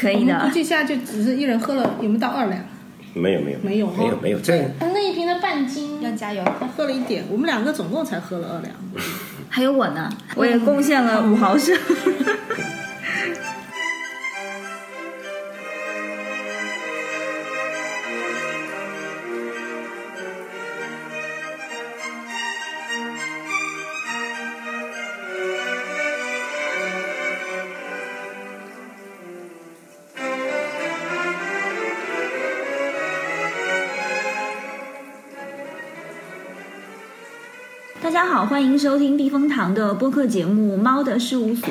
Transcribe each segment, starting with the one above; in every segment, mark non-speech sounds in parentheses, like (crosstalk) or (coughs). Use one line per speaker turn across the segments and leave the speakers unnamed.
可以
我们
的
估。计现在就只是一人喝了，有没有到二两？
没有没有
没有
没有
哈
没有，这
那一瓶的半斤
要加油。
他喝了一点，我们两个总共才喝了二两。
还有我呢，我也贡献了五毫升。 (laughs) 大家好，欢迎收听避风塘的播客节目《猫的事务所》。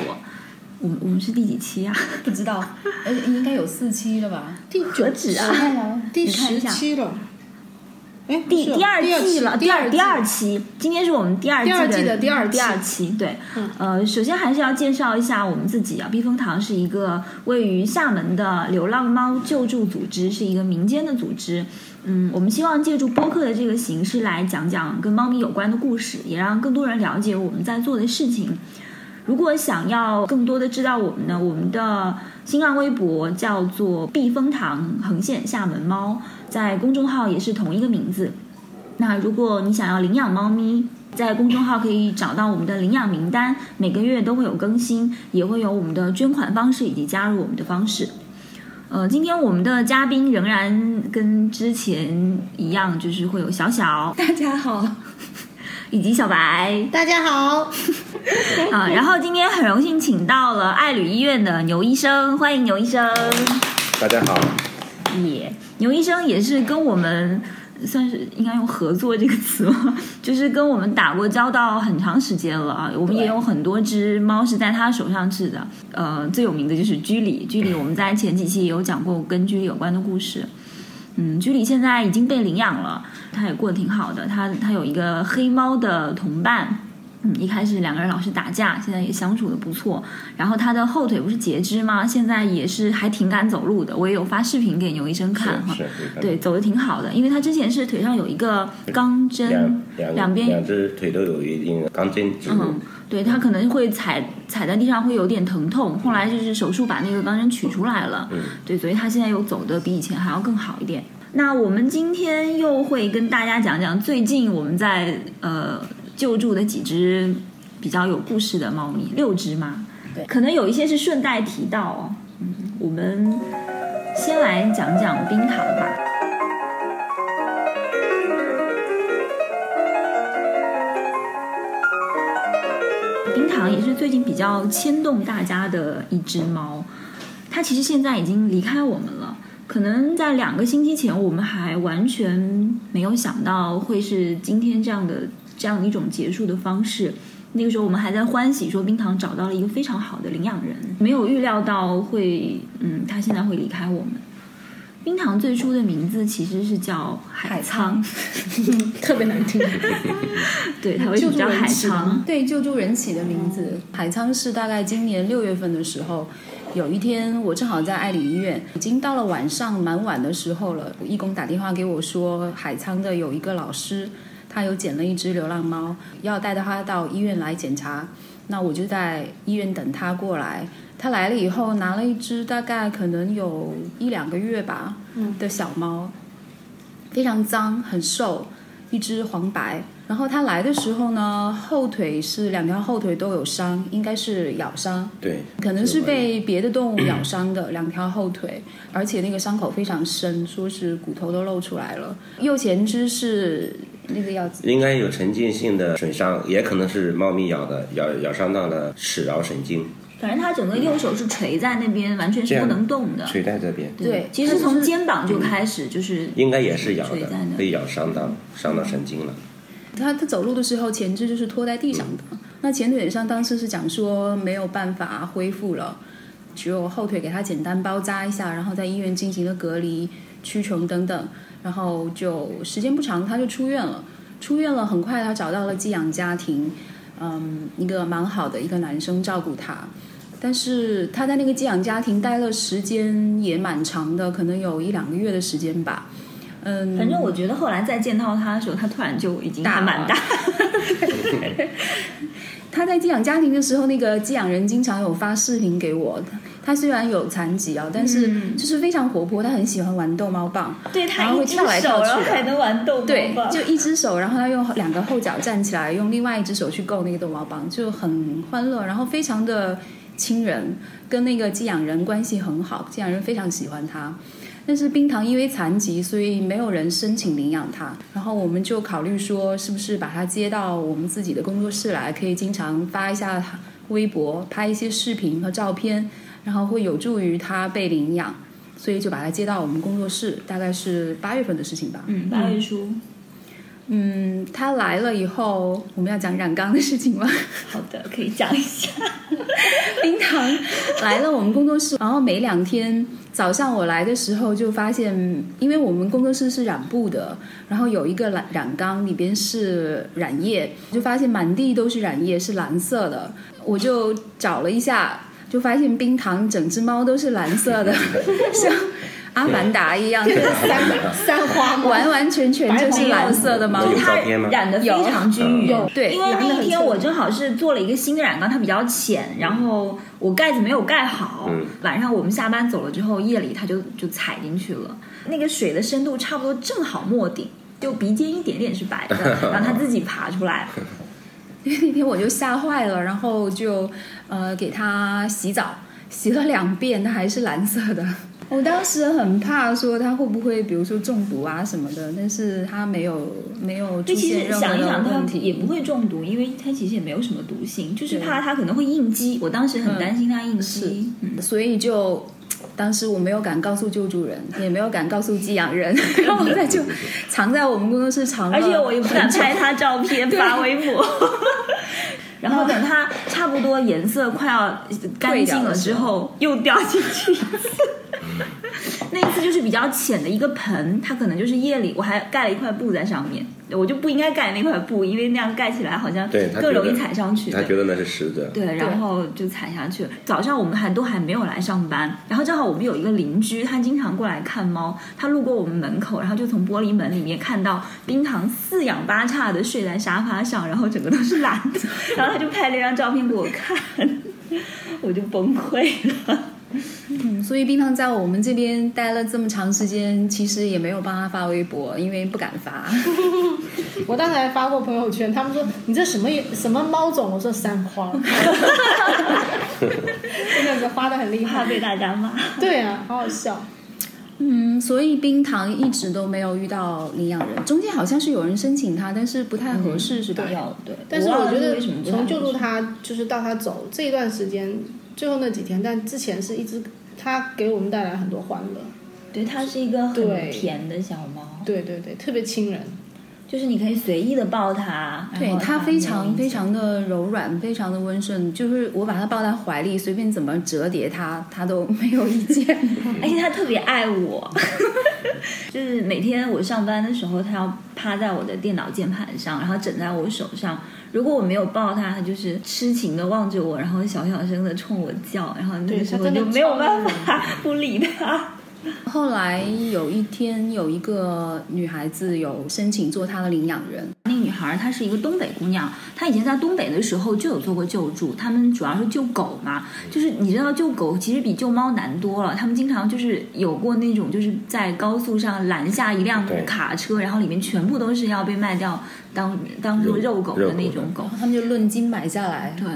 我们我们是第几期啊？
不知道，呃，应该有四期了吧？
第
何
九
止
我
啊！
看了，
第
你看
十
一下
期了，哎，不
第
是
第二季了，
第
第
二
第二
季
期，今天是我们第二季
第二季的
的
第二期
第二期，对
嗯，
呃，首先还是要介绍一下我们自己啊，避风塘是一个位于厦门的流浪猫救助组织，是一个民间的组织。嗯，我们希望借助播客的这个形式来讲讲跟猫咪有关的故事，也让更多人了解我们在做的事情。如果想要更多的知道我们呢，我们的新浪微博叫做避风塘横线厦门猫，在公众号也是同一个名字。那如果你想要领养猫咪，在公众号可以找到我们的领养名单，每个月都会有更新，也会有我们的捐款方式以及加入我们的方式。呃，今天我们的嘉宾仍然跟之前一样，就是会有小小
(laughs) 大家好，
以及小
(laughs)
白
大家好，
啊，然后今天很荣幸请到了爱侣医院的牛医生，欢迎牛医生。
大家好，
也牛医生也是跟我们算是应该用合作这个词吗？ (laughs) 就是跟我们打过交道很长时间了啊。我们也有很多只猫是在他手上治的，呃，最有名的就是居里。居里我们在前几期也有讲过跟居里有关的故事。嗯，居里现在已经被领养了，他也过得挺好的。他他有一个黑猫的同伴。嗯，一开始两个人老是打架，现在也相处的不错。然后他的后腿不是截肢吗？现在也是还挺敢走路的。我也有发视频给牛医生看哈
是，是，
对，走的挺好的，因为他之前是腿上有一个钢针
两，两
两边
两只腿都有一定的钢筋植入
嗯，对他可能会踩踩在地上会有点疼痛，后来就是手术把那个钢针取出来了，
嗯
对，所以他现在又走的比以前还要更好一点。那我们今天又会跟大家讲讲最近我们在呃救助的几只比较有故事的猫咪，六只嘛，
对
可能有一些是顺带提到哦。嗯，我们先来讲讲冰糖吧。冰糖也是最近比较牵动大家的一只猫，它其实现在已经离开我们了。可能在两个星期前，我们还完全没有想到会是今天这样的这样一种结束的方式。那个时候我们还在欢喜说冰糖找到了一个非常好的领养人，没有预料到会，嗯，它现在会离开我们。冰糖最初的名字其实是叫海仓，
(laughs) 特别 (laughs) 难听。
(laughs) 对，它为什么叫海
救助人起的
仓
吗？
对救助人起的名字，海沧是大概今年六月份的时候，有一天我正好在爱里医院，已经到了晚上蛮晚的时候了，义工打电话给我说，海沧的有一个老师，他有捡了一只流浪猫，要带他到医院来检查。那我就在医院等他过来，他来了以后拿了一只大概可能有一两个月吧的小猫，非常脏，很瘦，一只黄白。然后它来的时候呢，后腿是两条后腿都有伤，应该是咬伤，
对，
可能是被别的动物咬伤的两条后腿，而且那个伤口非常深，说是骨头都露出来了。右前肢是那个要
应该有沉浸性的损伤，也可能是猫咪咬的，咬咬伤到了齿桡神经，
反正它整个右手是垂在那边，完全是不能动的。
垂在这边，
对
嗯其
它
实
就是
从肩膀就嗯开始就是
应该也是咬
垂
的
在，那
被咬伤到伤到神经了。
他他走路的时候前肢就是拖在地上的，那前腿上当时是讲说没有办法恢复了，只有后腿给他简单包扎一下，然后在医院进行了隔离、驱虫等等，然后就时间不长他就出院了。出院了，很快他找到了寄养家庭，嗯，一个蛮好的一个男生照顾他。但是他在那个寄养家庭待了时间也蛮长的，可能有一两个月的时间吧。嗯，
反正我觉得后来再见到他的时候，他突然就已经
大
还蛮大。
他在寄养家庭的时候，那个寄养人经常有发视频给我，他虽然有残疾啊，但是
嗯
就是非常活泼，他很喜欢玩逗猫棒，
(laughs) 对
然
他
后
一
会
只
跳来
手，
跳去
然后
的
还能玩逗猫
对，
棒
就一只手，然后他用两个后脚站起来，用另外一只手去够那个逗猫棒，就很欢乐，然后非常的亲人，跟那个寄养人关系很好，寄养人非常喜欢他。但是冰糖因为残疾，所以没有人申请领养他。然后我们就考虑说，是不是把他接到我们自己的工作室来，可以经常发一下微博，拍一些视频和照片，然后会有助于他被领养。所以就把他接到我们工作室，大概是八月份的事情吧。
嗯，八月初，
嗯，他来了以后，我们要讲染缸的事情吗？ (laughs)
好的，可以讲一下。
冰糖来了我们工作室，然后没两天早上我来的时候就发现，因为我们工作室是染布的，然后有一个染染缸里边是染液，就发现满地都是染液，是蓝色的。我就找了一下，就发现冰糖整只猫都是蓝色的， (laughs) 像阿凡达一
(laughs)
样的，
(laughs) 三三花吗？
完完全全就是蓝色的猫。
有
它
照片吗
染的非常均匀，
有有
对
因为
染得
那一
很
天
清
我正好是做了一个新的染缸，它比较浅，然后我盖子没有盖好，
嗯
晚上我们下班走了之后，夜里它就就踩进去了，那个水的深度差不多正好没顶，就鼻尖一点点是白的，
(laughs)
然后它自己爬出来了，
那天我就吓坏了，然后就呃给它洗澡，洗了两遍，它还是蓝色的。我当时很怕说它会不会，比如说中毒啊什么的，但是它没有没有出
就其
现
实
任
想
何
一
的
想，
问
它也
题。
不会中毒，因为它其实也没有什么毒性，就是
对嗯
怕它可能会应激。我当时很担心它应激，嗯
所以就当时我没有敢告诉救助人，也没有敢告诉寄养人， (laughs) 然后它就藏在我们工作室藏了
而
很久，
且我也不敢拍它照片发微
(laughs)
博。然后等它差不多颜色快要干净了之后，又掉进去一次。 (laughs) 那一次就是比较浅的一个盆，它可能就是夜里我还盖了一块布在上面，我就不应该盖那块布，因为那样盖起来好像
对他
更
觉
容易
得
踩上去。
他觉得那是石子，
对，然后就踩下去。早上我们还都还没有来上班，然后正好我们有一个邻居，他经常过来看猫，他路过我们门口，然后就从玻璃门里面看到冰糖四仰八叉的睡在沙发上，然后整个都是蓝的，然后他就拍了一张照片给我看，我就崩溃了。
嗯所以冰糖在我们这边待了这么长时间，其实也没有帮它发微博，因为不敢发。
我当时还发过朋友圈，他们说你这什么什么猫种？我说三 (laughs) 花，真的是花的很厉
怕
害。
被大家骂，
对啊，好好笑。
嗯，所以冰糖一直都没有遇到领养人，中间好像是有人申请他，但是不太合适，是吧？
有对，
但是我觉
忘了
得
为什么不太
从救
合
助
适
他就是到他走这一段时间，最后那几天，但之前是一直他给我们带来很多欢乐。
对它是一个很
对
甜的小猫，
对对对，特别亲人。
就是你可以随意的抱它，然
对
后它
它非
没有
常
影
非
响
常的柔软，非常的温顺，就是我把它抱在怀里，随便怎么折叠它，它都没有意见。 (laughs)
而且他特别爱我， (laughs) 就是每天我上班的时候，他要趴在我的电脑键盘上，然后枕在我手上。如果我没有抱他，他就是痴情的望着我，然后小小声的冲我叫，然后那
对
个时
他
候
真的
就没有
超
办法 (laughs) 不理他。
后来有一天，有一个女孩子有申请做她的领养人，
那个女孩儿她是一个东北姑娘，她以前在东北的时候就有做过救助，他们主要是救狗嘛，就是你知道救狗其实比救猫难多了，他们经常就是有过那种就是在高速上拦下一辆
对
卡车，然后里面全部都是要被卖掉当当做
肉
肉狗
肉
的
狗
那
的
种狗，
他们就论斤买下来，
对，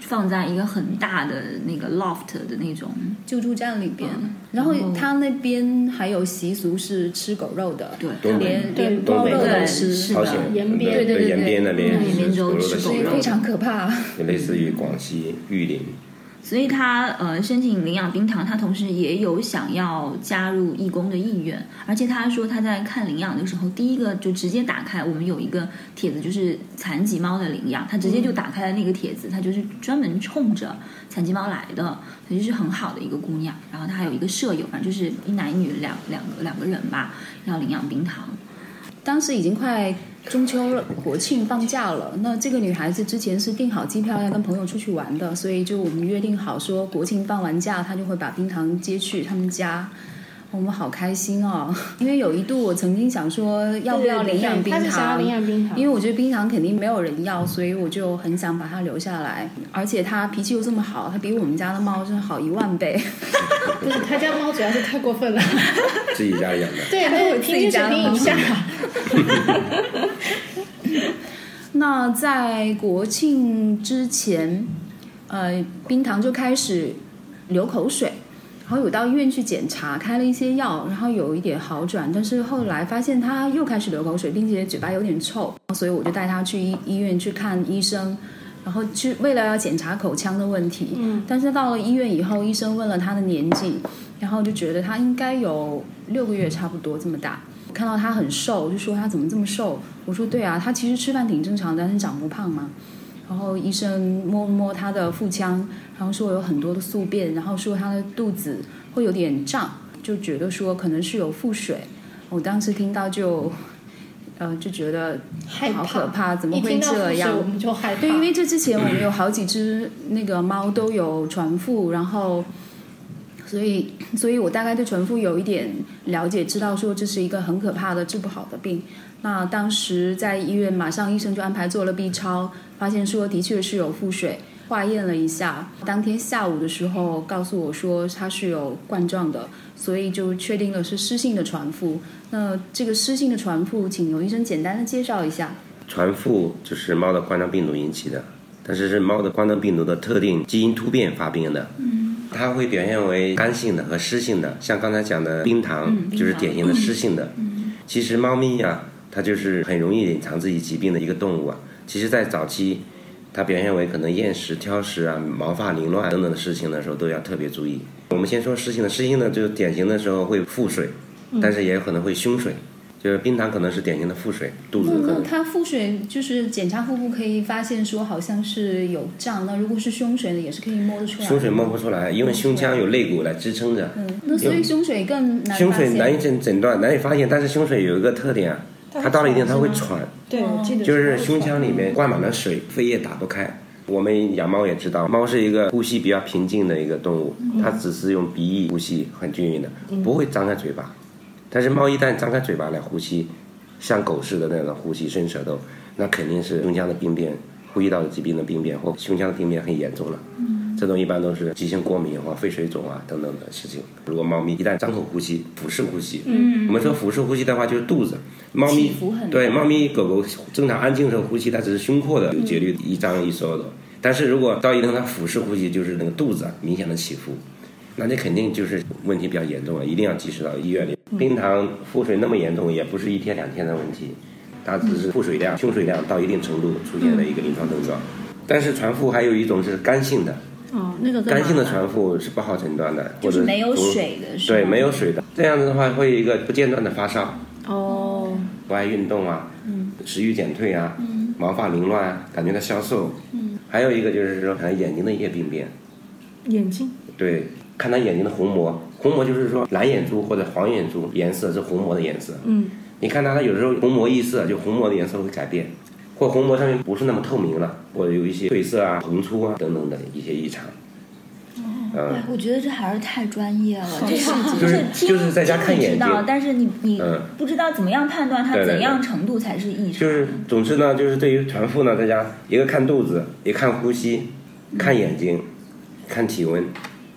放在一个很大的那个 loft 的那种，
救助站里边。然
嗯然
后
后
他那边还有习俗是吃狗肉的，
对，
东北
连
对
连
东
猫
北
肉
对
都
是
吃，
朝
的
鲜
延边
对对对
延边那边
嗯延边州
是
吃
所以
狗肉
非常可怕。
就类似于广西玉林，
所以他呃申请领养冰糖，他同时也有想要加入义工的意愿，而且他说他在看领养的时候，第一个就直接打开我们有一个帖子，就是残疾猫的领养，他直接就打开了那个帖子，他就是专门冲着残疾猫来的，她就是很好的一个姑娘，然后她还有一个舍友，反正就是一男一女两两个两个人吧，要领养冰糖，
当时已经快中秋了，国庆放假了。那这个女孩子之前是订好机票要跟朋友出去玩的，所以就我们约定好说，国庆放完假她就会把冰糖接去他们家。我们好开心哦， (laughs) 因为有一度我曾经想说要不要领养冰
他是想要
糖，
领养冰糖，
因为我觉得冰糖肯定没有人要，所以我就很想把它留下来。而且它脾气又这么好，它比我们家的猫真的好一万倍。
不是他家猫主要是太过分
(laughs)
了，
自己家里养的。
对，
还有
那个
自己
平均水
家
平
猫
以下，
那在国庆之前，呃，冰糖就开始流口水，然后有到医院去检查，开了一些药，然后有一点好转，但是后来发现他又开始流口水，并且嘴巴有点臭，所以我就带他去医医院去看医生。然后去为了要检查口腔的问题，嗯，但是到了医院以后，医生问了他的年纪，然后就觉得他应该有六个月差不多这么大，看到他很瘦，就说他怎么这么瘦？我说对啊，他其实吃饭挺正常的，但是长不胖嘛。然后医生摸摸他的腹腔，然后说有很多的宿便，然后说他的肚子会有点胀，就觉得说可能是有腹水。我当时听到就，呃，就觉觉
害
得好
怕，
可怕，怎么
一
会
听到
这
腹水
样？
我们就害怕，
对，因为这之前我们有好几只那个猫都有传腹，然后，所以，所以我大概对传腹有一点了解，知道说这是一个很可怕的、治不好的病。那当时在医院，马上医生就安排做了 B 超，发现说的确是有腹水，化验了一下，当天下午的时候告诉我说它是有冠状的，所以就确定了是湿性的传腹。那这个湿性的传腹，请牛医生简单的介绍一下。
传腹就是猫的冠状病毒引起的，但是是猫的冠状病毒的特定基因突变发病的。嗯，它会表现为干性的和湿性的，像刚才讲的嗯冰糖、就是典型的湿性的。嗯，其实猫咪呀、它就是很容易隐藏自己疾病的一个动物啊。其实，在早期。它表现为可能厌食、挑食啊、毛发凌乱等等的事情的时候，都要特别注意。我们先说湿性的，湿性的就是典型的时候会腹水，但是也有可能会胸水，就是冰糖可能是典型的腹水，
嗯
肚子
那
可
那
能
嗯他腹水就是检查腹部可以发现说好像是有胀，那如果是胸水呢，也是可以摸得出来。
胸水摸不出来，因为胸腔有肋骨来支撑着。
啊嗯，那所以胸水更难
胸水
发现
难以诊诊断，难以发现，但是胸水有一个特点啊，它到了一定它会喘，
对，
哦
我记得
就是胸腔里面灌满了水，肺叶打不开。我们养猫也知道，猫是一个呼吸比较平静的一个动物，它只是用鼻翼呼吸，很均匀的，不会张开嘴巴。但是猫一旦张开嘴巴来呼吸，像狗似的那种呼吸伸舌头，那肯定是胸腔的病变、呼吸道的疾病的病变或胸腔的病变很严重了。
嗯
这种一般都是急性过敏或肺水肿啊等等的事情。如果猫咪一旦张口呼吸、腹式呼吸，嗯，我们说腹式呼吸的话就是肚子，猫咪
起伏很大
对猫咪狗狗正常安静的时候呼吸，它只是胸廓
嗯
的有节律一张一收的。但是如果到一定它腹式呼吸，就是那个肚子啊明显的起伏，那这肯定就是问题比较严重了，一定要及时到医院里。
嗯
冰糖腹水那么严重，也不是一天两天的问题，它只是腹水量、胸水量到一定程度出现的一个临床症状。
嗯
但是传腹还有一种是干性的，
哦，那个更
干性的
麻烦
传腹是不好诊断的，
就是
或者
没有
从
水的是吧
对，没有水的，这样子的话会有一个不间断的发烧，
哦，
不爱运动啊，
嗯
食欲减退啊，毛发凌乱啊，感觉到消瘦，
嗯
还有一个就是说可能眼睛的一些病变，
眼睛
对，看他眼睛的虹膜，虹膜就是说蓝眼珠或者黄眼珠颜色是虹膜的颜色。
嗯，
你看它，它有时候虹膜异色，就虹膜的颜色会改变，或虹膜上面不是那么透明了，或者有一些褪色啊、膨出啊等等的一些异常。嗯
哎，我觉得这还是太专业了，这是
就
啊就是
是听
就是在家看
听你
眼
知道
睛，
但是你你
嗯
不知道怎么样判断它
对对
怎
对
样程度才是异常。
就是总之呢，就是对于传腹呢，大家一个看肚子，一个看呼吸，
嗯
看眼睛，看体温。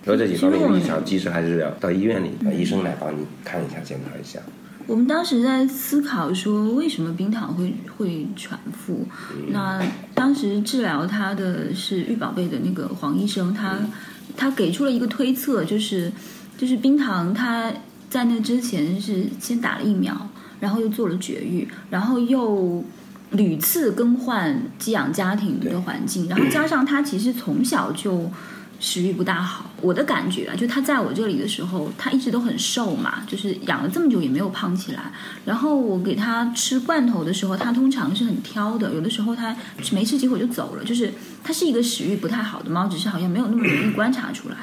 然后这几方面有异常，及时还是要到医院里，让医生来帮你看一下、检查一下。
我们当时在思考说，为什么冰糖会会传腹？那当时治疗他的是玉宝贝的那个黄医生，他他给出了一个推测，就是就是冰糖他在那之前是先打了疫苗，然后又做了绝育，然后又屡次更换寄养家庭的环境，然后加上他其实从小就。食欲不大好。我的感觉啊，就他在我这里的时候，他一直都很瘦嘛，就是养了这么久也没有胖起来。然后我给他吃罐头的时候，他通常是很挑的，有的时候他没吃几口就走了，就是它是一个食欲不太好的猫，只是好像没有那么容易观察出来。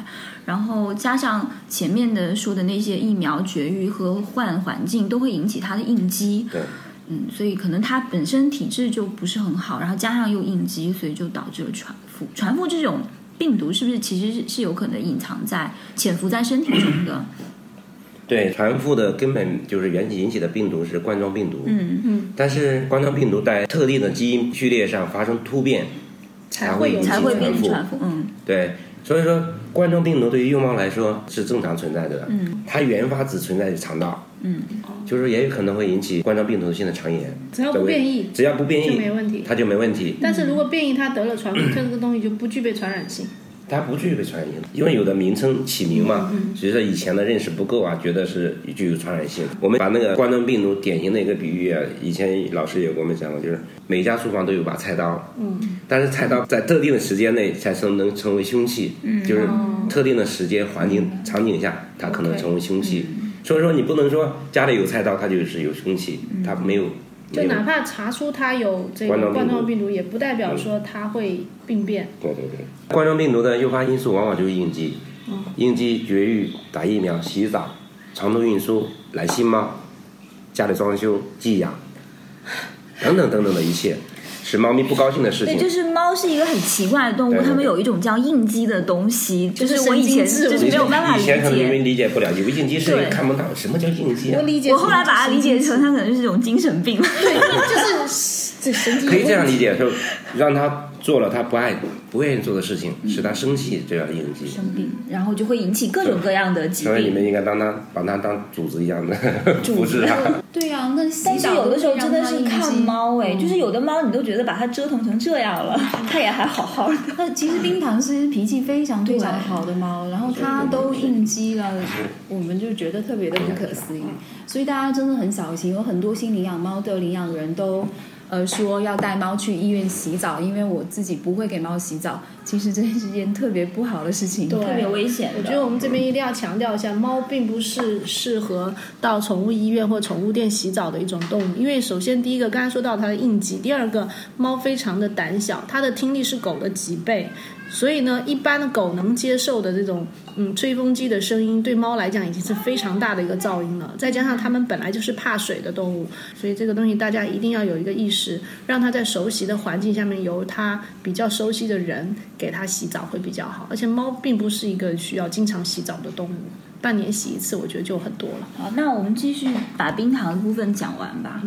然后加上前面的说的那些疫苗、绝育和换环境，都会引起它的应激。
对，
嗯，所以可能它本身体质就不是很好，然后加上又应激，所以就导致了传腹。传腹这种病毒是不是其实是是有可能隐藏在、潜伏在身体中的？
对，传腹的根本就是原引起的病毒是冠状病毒，
嗯
嗯，
但是冠状病毒在特定的基因序列上发生突变，才
会
会
有
引起
才会变成
传腹
传腹，嗯
对，所以说冠状病毒对于幼猫来说是正常存在的，
嗯，
它原发只存在于肠道，
嗯，
就是也有可能会引起冠状病毒性的肠炎，
只要不变异
只要不变
就
异，
没问题。
它就没问题，
但是如果变异它得了传染，这个东西就不具备传染性。
它不具备传染性，因为有的名称起名嘛，
嗯
随着以前的认识不够啊，觉得是具有传染性。我们把那个冠状病毒典型的一个比喻啊，以前老师也给我们讲过，就是每家厨房都有把菜刀，
嗯，
但是菜刀在特定的时间内才成能成为凶器，
嗯
就是特定的时间环境场景下，它可能
哦 OK 嗯
成为凶器。所以说你不能说家里有菜刀，它就是有凶器，它没有
嗯就
没有
哪怕查出它有这
冠状
个
病毒
冠状病毒，也不代表说它会病变。
对对对，冠状病毒的诱发因素往往就是应激，
嗯
应激、绝育、打疫苗、洗澡、长途运输、来新猫、家里装修、寄养， (laughs) 等等等等的一切，使猫咪不高兴的事
对，就
情。
是猫是一个很奇怪的动物，
对对
它们有一种叫应激的东西，就是我以前
神经质
就是没有办法理
以前可能因为
解。
理解不了，以为应激是
对
看不到什么叫应激、啊
我，理解，
我后来把它理解成它可能是一种精神病，
就是这神经
可以这
有
样
问题
理解，就是让它做了它不爱不愿意做的事情，使它生气，这叫应激。
生病，然后就会引起各种各样的疾
所以你
病。
们应该当它把它当主子一样的 (laughs) 啊服侍它。
对呀、那
但
洗
是
澡
有的时候真的
都
是
可以让它
看
应激
猫哎，就是有的猫你都觉得把它折腾成这样了，它也还好好的。
那其实冰糖是脾气非常非常好的猫，然后它都应激了，我们就觉得特别的不可思议。所以大家真的很小心，有很多新领养猫的领养人都。呃，说要带猫去医院洗澡，因为我自己不会给猫洗澡。其实这是件特别不好的事情。
对
特别危险的。
我觉得我们这边一定要强调一下，猫并不是适合到宠物医院或宠物店洗澡的一种动物，因为首先第一个刚才说到它的应激，第二个猫非常的胆小，它的听力是狗的几倍，所以呢，一般的狗能接受的这种嗯吹风机的声音，对猫来讲已经是非常大的一个噪音了。再加上它们本来就是怕水的动物，所以这个东西大家一定要有一个意识，让它在熟悉的环境下面，由它比较熟悉的人给它洗澡会比较好。而且猫并不是一个需要经常洗澡的动物，半年洗一次我觉得就很多了。
好，那我们继续把冰糖的部分讲完吧。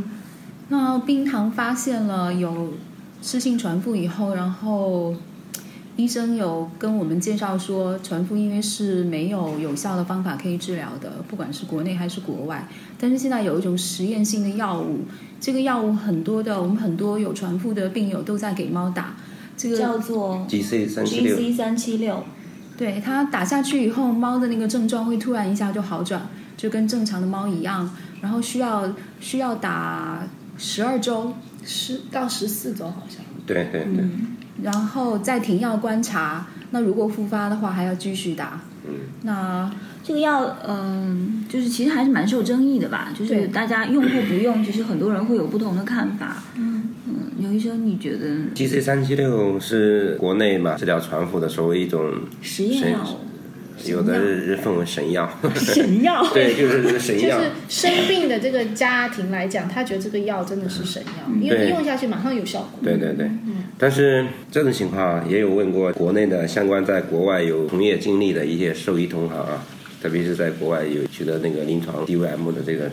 那冰糖发现了有湿性传腹以后，然后医生有跟我们介绍说，传腹因为是没有有效的方法可以治疗的，不管是国内还是国外。但是现在有一种实验性的药物，这个药物很多的，我们很多有传腹的病友都在给猫打。这个
叫做
GC 三七六，
GC 三七六，
对它打下去以后，猫的那个症状会突然一下就好转，就跟正常的猫一样。然后需要需要打十二周，
十到十四周好像，
对对对。
然后再停药观察。那如果复发的话，还要继续打。嗯，那
这个药，嗯、就是其实还是蛮受争议的吧，就是
对
大家用或不用，其实很多人会有不同的看法。嗯刘医生，你觉得
GC 三七六是国内嘛治疗传腹的所谓一种，
实验药
有的人分为神药，
神药
对，就是这个神
就
药
是，嗯生病的这个家庭来讲，他觉得这个药真的是神药，因为
对
一用下去马上有效果。
对对对。但是这种情况也有问过国内的相关在国外有从业经历的一些兽医同行啊，特别是在国外有取得那个临床 DVM 的这个，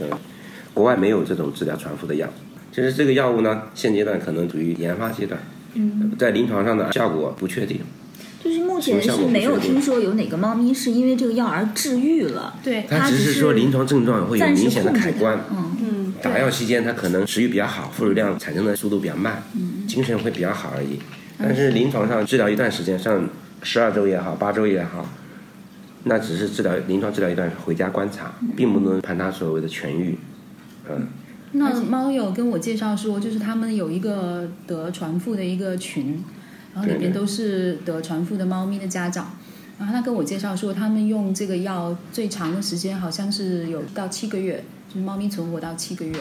国外没有这种治疗传腹的药。其实这个药物呢，现阶段可能处于研发阶段，嗯，在临床上的效果不确定。
就是目前是没有听说有哪个猫咪是因为这个药而治愈了，
对
它
它
只
只
是
是
说临床症状会有
暂时
明显的
控制
改
它
观，
嗯，
嗯，对
打药期间，它可能食欲比较好，负乳量产生的速度比较慢，精神会比较好而已。但是临床上治疗一段时间，上十二周也好，八周也好，那只是治疗临床治疗一段，回家观察，并不能判它所谓的痊愈。
那猫友跟我介绍说，就是他们有一个得传腹的一个群，然后里
对
面
对
都是得传腹的猫咪的家长。然后他跟我介绍说，他们用这个药最长的时间好像是有到七个月，就是猫咪存活到七个月，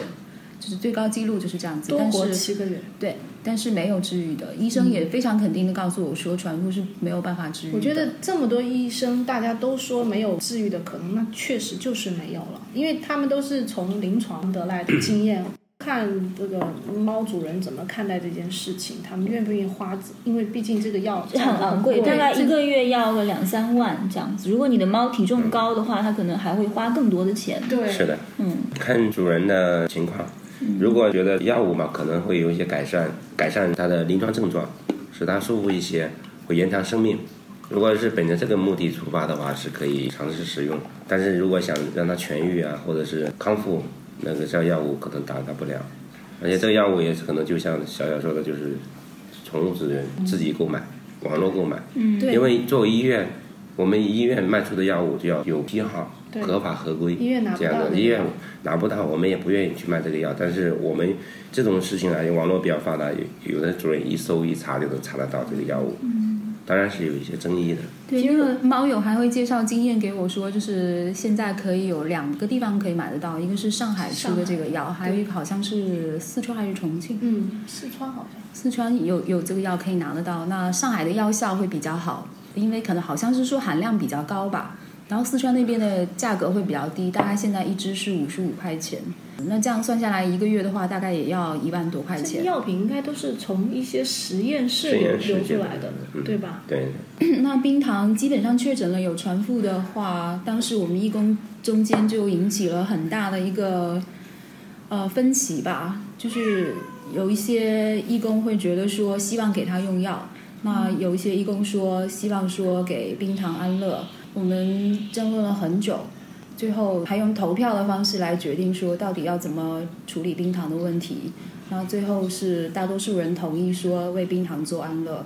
就是最高记录就是这样子。
多
但
活
是
七个月。
对，但是没有治愈的。医生也非常肯定的告诉我说，传腹是没有办法治愈的。
我觉得这么多医生，大家都说没有治愈的可能，那确实就是没有了，因为他们都是从临床得来的经验。看这个猫主人怎么看待这件事情，他们愿不愿意花，因为毕竟这个药呃
(laughs) 很昂贵，大概一个月要个两三万这样子。如果你的猫体重高的话，它可能还会花更多的钱。
对，
是的，
嗯，
看主人的情况。如果觉得药物嘛，可能会有一些改善，改善它的临床症状，使它舒服一些，会延长生命。如果是本着这个目的出发的话，是可以尝试使用。但是如果想让它痊愈啊，或者是康复，那个这药物可能达到不了。而且这个药物也可能就像小小说的，就是宠物主人自己购买，网络购买。
嗯，对，
因为作为医院，我们医院卖出的药物就要有批号
对、
合法合规
医院拿不
这
到
样的。
那
医院
个
拿不到，我们也不愿意去卖这个药。但是我们这种事情啊，网络比较发达，有有的主任一搜一查就能查得到这个药物。
嗯
当然是有一些争议的。
对，因为猫友还会介绍经验给我说，就是现在可以有两个地方可以买得到，一个是上海出的这个药，还有一个好像是四川还是重庆，
嗯，四川好像
四川有有这个药可以拿得到。那上海的药效会比较好，因为可能好像是说含量比较高吧。然后四川那边的价格会比较低，大概现在一支是五十五块钱。那这样算下来一个月的话，大概也要一万多块
这些
钱。
药品应该都是从一些实验室
实
流
验室
流
这
出
个
来的，
嗯
对吧？
对，
(clears throat) 那冰糖基本上确诊了有传腹的话，当时我们义工中间就引起了很大的一个呃分歧吧，就是有一些义工会觉得说希望给他用药，那有一些义工说希望说给冰糖安乐，我们争论了很久。最后还用投票的方式来决定说到底要怎么处理冰糖的问题，然后最后是大多数人同意说为冰糖做安乐，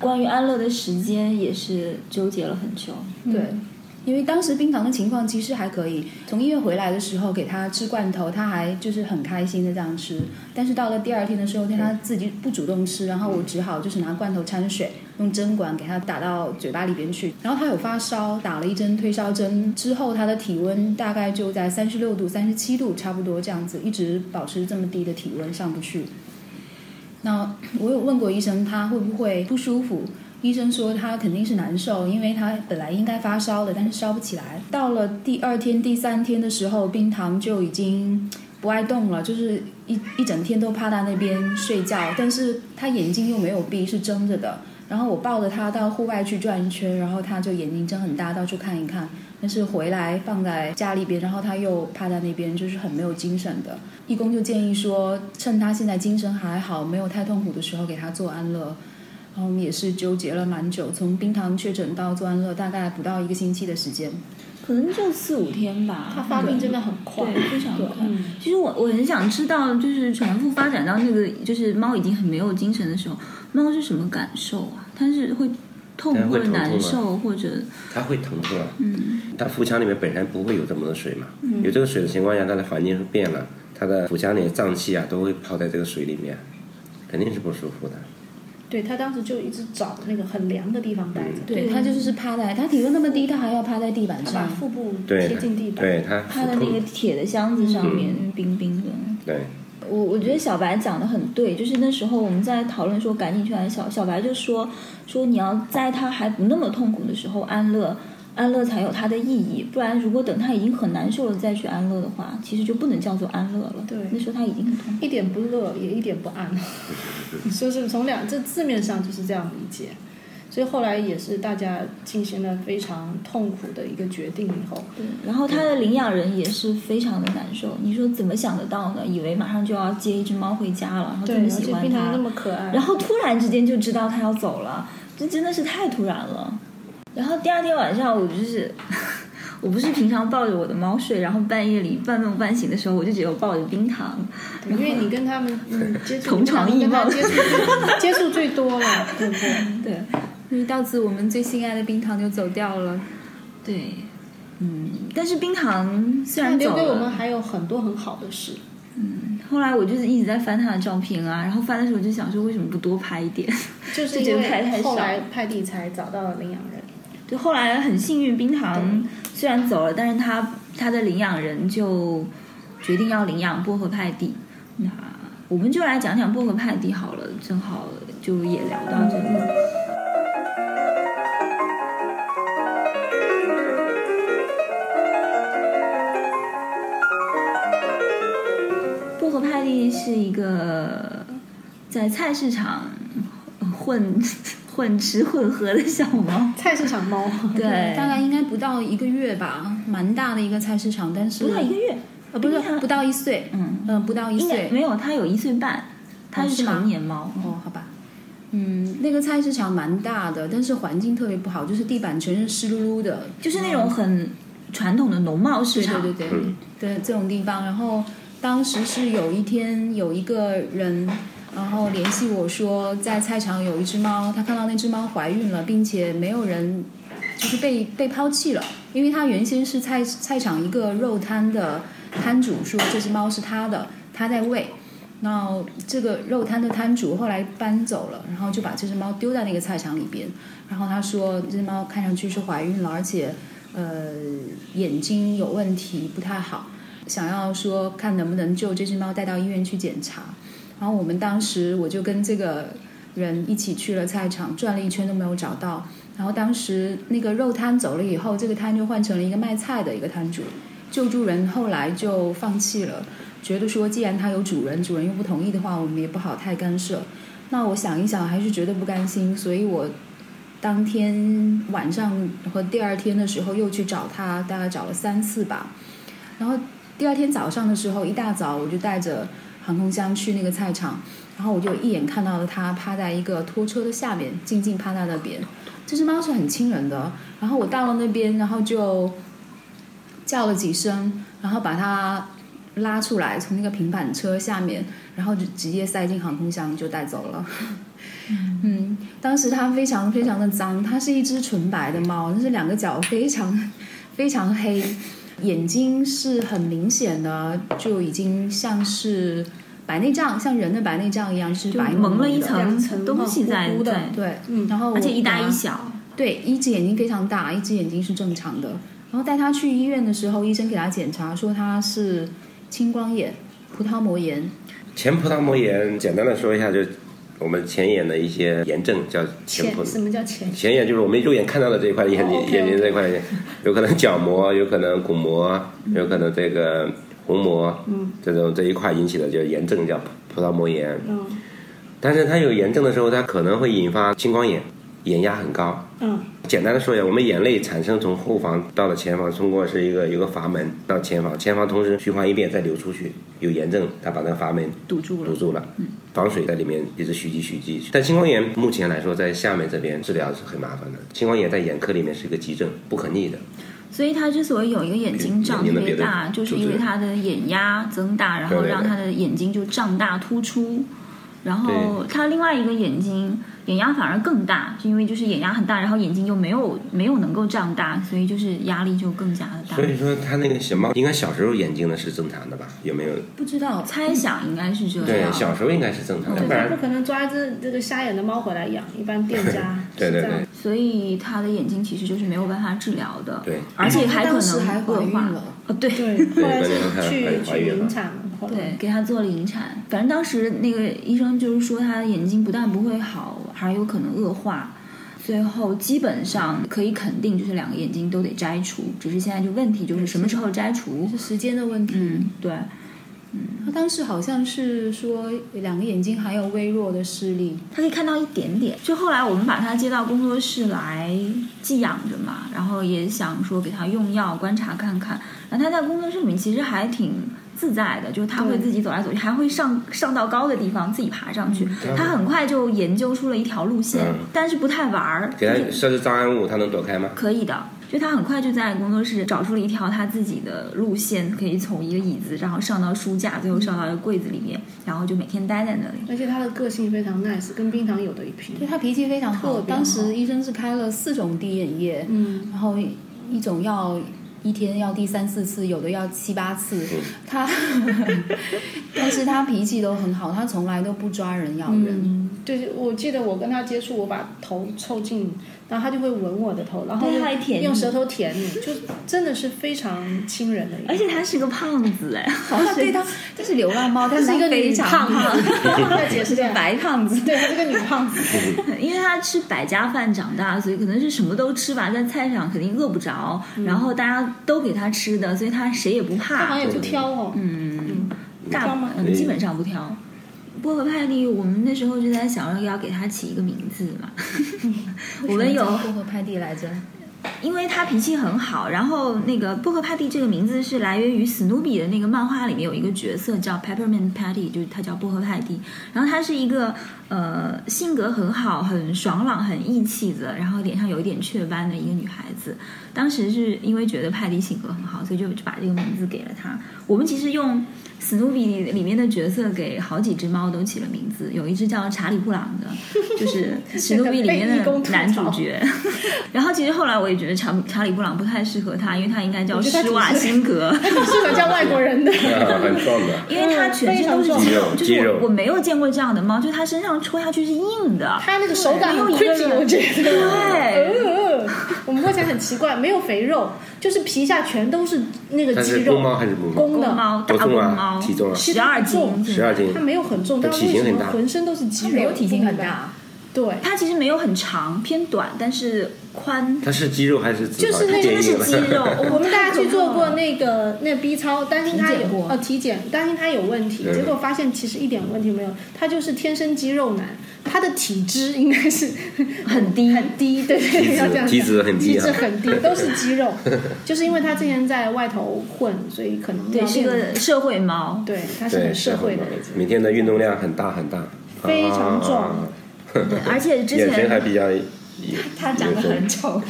关于安乐的时间也是纠结了很久。
对，因为当时冰糖的情况其实还可以，从医院回来的时候给他吃罐头，他还就是很开心的这样吃。但是到了第二天的时候，他自己不主动吃，然后我只好就是拿罐头掺水，用针管给他打到嘴巴里边去。然后他有发烧，打了一针退烧针之后，他的体温大概就在三十六度、三十七度差不多这样子，一直保持这么低的体温上不去。那我有问过医生，他会不会不舒服？医生说他肯定是难受，因为他本来应该发烧的，但是烧不起来。到了第二天、第三天的时候，冰糖就已经不爱动了，就是一一整天都趴在那边睡觉，但是他眼睛又没有闭，是睁着的。然后我抱着他到户外去转一圈，然后他就眼睛睁很大，到处看一看。但是回来放在家里边，然后他又趴在那边，就是很没有精神的。义工就建议说，趁他现在精神还好，没有太痛苦的时候，给他做安乐。然后我们也是纠结了蛮久，从冰糖确诊到做安乐，大概不到一个星期的时间。
可能就四五天吧。
它发病真的很快，
对，非常快
嗯。
其实我我很想知道，就是重复发展到那个，就是猫已经很没有精神的时候，猫是什么感受啊？它是会痛
它
或
会
者
疼
难
痛吗
受，或者
它会疼痛啊。
嗯
它腹腔里面本身不会有这么多水嘛，有这个水的情况下，它的环境会变了，它的腹腔里的脏器啊都会泡在这个水里面，肯定是不舒服的。
对他当时就一直找那个很凉的地方待着，
对他就是趴在，他体温那么低，他还要趴在地板
他把
嗯
上。
腹部
对
贴近地，板，
对它
趴
腹
在那个
痛，
铁的箱子上面，冰冰的。
对，
我我觉得小白讲的很对，就是那时候我们在讨论说赶紧去安小小白就说说你要在他还不那么痛苦的时候安乐，安乐才有它的意义，不然如果等他已经很难受了再去安乐的话，其实就不能叫做安乐了。
对
那时候他已经很痛苦。
一点不乐也一点不安， (laughs) 就是从两这字面上就是这样理解。所以后来也是大家进行了非常痛苦的一个决定以后，
对，然后他的领养人也是非常的难受。你说怎么想得到呢？以为马上就要接一只猫回家了，然后这
对，
么
而
喜
且
欢
冰糖
它
那，么可爱，
然后突然之间就知道他要走了，这真的是太突然了。然后第二天晚上，我就是 (laughs) 我不是平常抱着我的猫睡，然后半夜里半梦半醒的时候，我就只有抱着冰糖。
对因为你跟他们嗯接触，
同床
你跟他
异梦
们跟
(laughs)
他接触接触最多了，对不对？
对
因为到此我们最心爱的冰糖就走掉了。
对，嗯，但是冰糖虽
他
然
留
走
给我们
了，
还有很多很好的事，
后来我就是一直在翻他的照片啊，然后翻的时候就想说为什么不多拍一点？ (laughs)
就是
觉
因
得太太
为后
少
来派蒂才找到了领养人。
就后来很幸运，冰糖虽然走了，但是他他的领养人就决定要领养薄荷派蒂。那我们就来讲讲薄荷派蒂好了，正好就也聊到这里。薄荷后派蒂是一个在菜市场混 (laughs) 混吃混喝的小猫，
菜市场猫，
对，
大概应该不到一个月吧，蛮大的一个菜市场，但是
不到一个月，
呃不
因
是
为它
不到一岁，
嗯，
嗯、不到一
应该
岁，
没有，它有一岁半，它
哦
是
是吗
成年猫，
哦，好吧。嗯，那个菜市场蛮大的，但是环境特别不好，就是地板全是湿漉漉的，
就是那种很传统的农贸市
对
场，
对对对
嗯，
对这种地方。然后当时是有一天有一个人，然后联系我说，在菜场有一只猫，他看到那只猫怀孕了，并且没有人就是被被抛弃了，因为他原先是菜菜场一个肉摊的摊主说这只猫是他的，他在喂。那这个肉摊的摊主后来搬走了，然后就把这只猫丢在那个菜场里边。然后他说，这只猫看上去是怀孕了，而且呃眼睛有问题，不太好，想要说看能不能就这只猫带到医院去检查。然后我们当时我就跟这个人一起去了菜场，转了一圈都没有找到。然后当时那个肉摊走了以后，这个摊就换成了一个卖菜的一个摊主。救助人后来就放弃了，觉得说既然它有主人，主人又不同意的话，我们也不好太干涉。那我想一想，还是觉得不甘心，所以我当天晚上和第二天的时候又去找他，大概找了三次吧。然后第二天早上的时候，一大早我就带着航空箱去那个菜场，然后我就一眼看到了它趴在一个拖车的下面，静静趴在那边。这只猫是很亲人的。然后我到了那边，然后就叫了几声，然后把它拉出来，从那个平板车下面，然后就直接塞进航空箱就带走了。 (laughs) 嗯，当时它非常非常的脏，它是一只纯白的猫，但是两个脚非常 (laughs) 非常黑，眼睛是很明显的，就已经像是白内障，像人的白内障一样，就是
就
白
蒙了一
的
层
两层
东西在
糊糊的
在，
对，
(laughs) 嗯
然后
而且
我
一大
把
一小，
对，一只眼睛非常大，一只眼睛是正常的。然后带他去医院的时候，医生给他检查说他是青光眼、葡萄膜炎。
前葡萄膜炎，简单的说一下，就是我们前眼的一些炎症叫前葡
前什么叫前？
前眼就是我们肉眼看到的这一块眼睛、
哦，OK，OK
眼睛这一块，有可能角膜，有可能鼓膜，有可能这个虹膜，嗯，这种这一块引起的就是炎症，叫葡萄膜炎。
嗯
但是它有炎症的时候，它可能会引发青光眼，眼压很高。
嗯
简单的说一下，我们眼泪产生从后房到了前房，通过是一个有个阀门到前房，前房同时循环一遍再流出去，有炎症，它把那个阀门
堵住了
堵。住了，防水在里面一直蓄积蓄积。但青光眼目前来说，在厦门这边治疗是很麻烦的。青光眼在眼科里面是一个急症，不可逆的。
所以它之所以有一个眼睛长特
眼睛的
别
别的
大，就是因
组
为
织
它的眼压增大，然后
对对
让
对
它的眼睛就胀大突出。然后它另外一个眼睛眼压反而更大，就因为就是眼压很大，然后眼睛又没有没有能够胀大，所以就是压力就更加的大
所。以说，它那个小猫应该小时候眼睛呢是正常的吧？有没有？
不知道
猜想应该是这样。
对，小时候应该是正常
啊
的，
对
不
他不
然
可能抓一只这个瞎眼的猫回来养，一般
(laughs)
店家
对
是
对
这样
对。
所以他的眼睛其实就是没有办法治疗的，
对
而且还可
当时
能
还怀
恶
孕
化
了。
哦，对
对，后来是去
对怀
去
孕了
引产，后来
对，给他做了引产。反正当时那个医生就是说，他的眼睛不但不会好，还有可能恶化。最后基本上可以肯定，就是两个眼睛都得摘除，只是现在就问题就是什么时候摘除
是。时间的问题。
嗯，对，
他当时好像是说两个眼睛还有微弱的视力，
他可以看到一点点。就后来我们把他接到工作室来寄养着嘛，然后也想说给他用药观察看看。然后他在工作室里面其实还挺自在的，就是他会
对
自己走来走去，还会
嗯
上上到高的地方自己爬上去。他很快就研究出了一条路线，
嗯
但是不太玩儿，
给
就
它
是
设置障碍物，它能躲
(laughs)
开吗？
可以的。就他很快就在工作室找出了一条他自己的路线，可以从一个椅子，然后上到书架，最后上到一个柜子里面，然后就每天待在那里。
而且它的个性非常 nice，跟冰糖有的一拼。
对他脾气非常好。
特别好
当时医生是开了四种滴眼液，
嗯，
然后一种药一天要滴三四次，有的要七八次。
嗯
他， (laughs) 但是他脾气都很好，他从来都不抓人咬人。
嗯
就是我记得我跟它接触，我把头凑近，然后它就会闻我的头，然后
对
用
它还舔你
用舌头舔你，就真的是非常亲人的一个。
而且他是个胖子哎，好
他对
神
他，这是流浪猫，但
是一个
非
女
常
胖
胖，
子，再解释
是
一
个
下，
白胖子。
对，她是个女胖子，
(laughs) 因为他吃百家饭长大，所以可能是什么都吃吧，在菜市场肯定饿不着，然后大家都给他吃的，所以他谁也不
嗯她好
怕
(laughs) 像。也不挑哦。
嗯，大
挑吗
嗯
对
基本上不挑。波格派蒂，我们那时候就在想要给它起一个名字嘛。 (laughs) 我们有
薄荷派蒂来着，
因为他脾气很好，然后那个波克帕蒂这个名字是来源于史努比的那个漫画里面有一个角色叫 Peppermint Patty，就是他叫波克派蒂，然后他是一个呃性格很好、很爽朗、很义气的，然后脸上有一点雀斑的一个女孩子。当时是因为觉得派蒂性格很好，所以就就把这个名字给了她。我们其实用史努比里面的角色给好几只猫都起了名字，有一只叫查理布朗的，就是史努比里面
那个被义工
的
吐槽
男主角。然后其实后来我也觉得查查理布朗不太适合他，因为他应该叫
我觉得他
施瓦辛格。
挺适合叫外国人的。
嗯
啊很壮的。
因为它全身都是
嗯
非常壮
就是
肌肉
我我没有见过这样的猫，就是它身上戳下去是硬的，
他那个手感很
没有一个
creepy，
人
我觉得。
对，
呃，我们摸起来很奇怪，没有肥肉，就是皮下全都是那个
它是
肌肉。
公猫还是母猫？
公的
公猫大
多
公
重啊
猫，
体重啊
十二斤，
十二斤
它，没有很重，但
体型
为什
很
么
大
浑身都是肌肉？
没有体型很
不明白。
大，
对，
它其实没有很长，偏短，但是宽。
它是肌肉还是脂肪？
就是那个
建议
那是
(laughs)
(laughs)
肌肉
我们大家去做过
那
那个那 B 超，担心他
体
有
检过
呃体检，担心他有问题，
嗯
结果发现其实一点问题没有，他就是天生肌肉男，他的体脂应该是 (laughs)
很低
很低，对对，
脂
要这样讲
体脂很低
体
啊
脂很低，都是肌肉，就是因为他之前在外头混，所以可能
对，
要
是
练
个社会猫，
对，他是
对
很社会的
是
那
很
种，
每天的运动量很大很大，
非常壮
啊
对，而且之
眼神还
前
(laughs)
比较，
他长得很丑，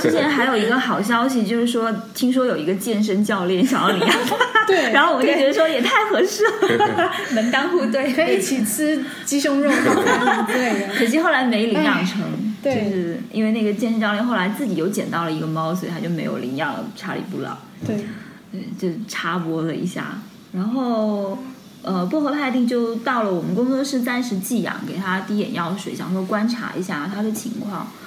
之前还有一个好消息，就是说听说有一个健身教练想要领养它，
对
然后我就觉得说也太合适了， (laughs) 门当户对，
可以一起吃鸡胸肉烤肠之类的。
可惜后来没领养成，就
对
是因为那个健身教练后来自己又捡到了一个猫，所以他就没有领养查理布朗，
对，
嗯就插播了一下。然后，呃，薄荷派蒂就到了我们工作室暂时寄养，啊给他滴眼药水，想说观察一下他的情况。 (laughs)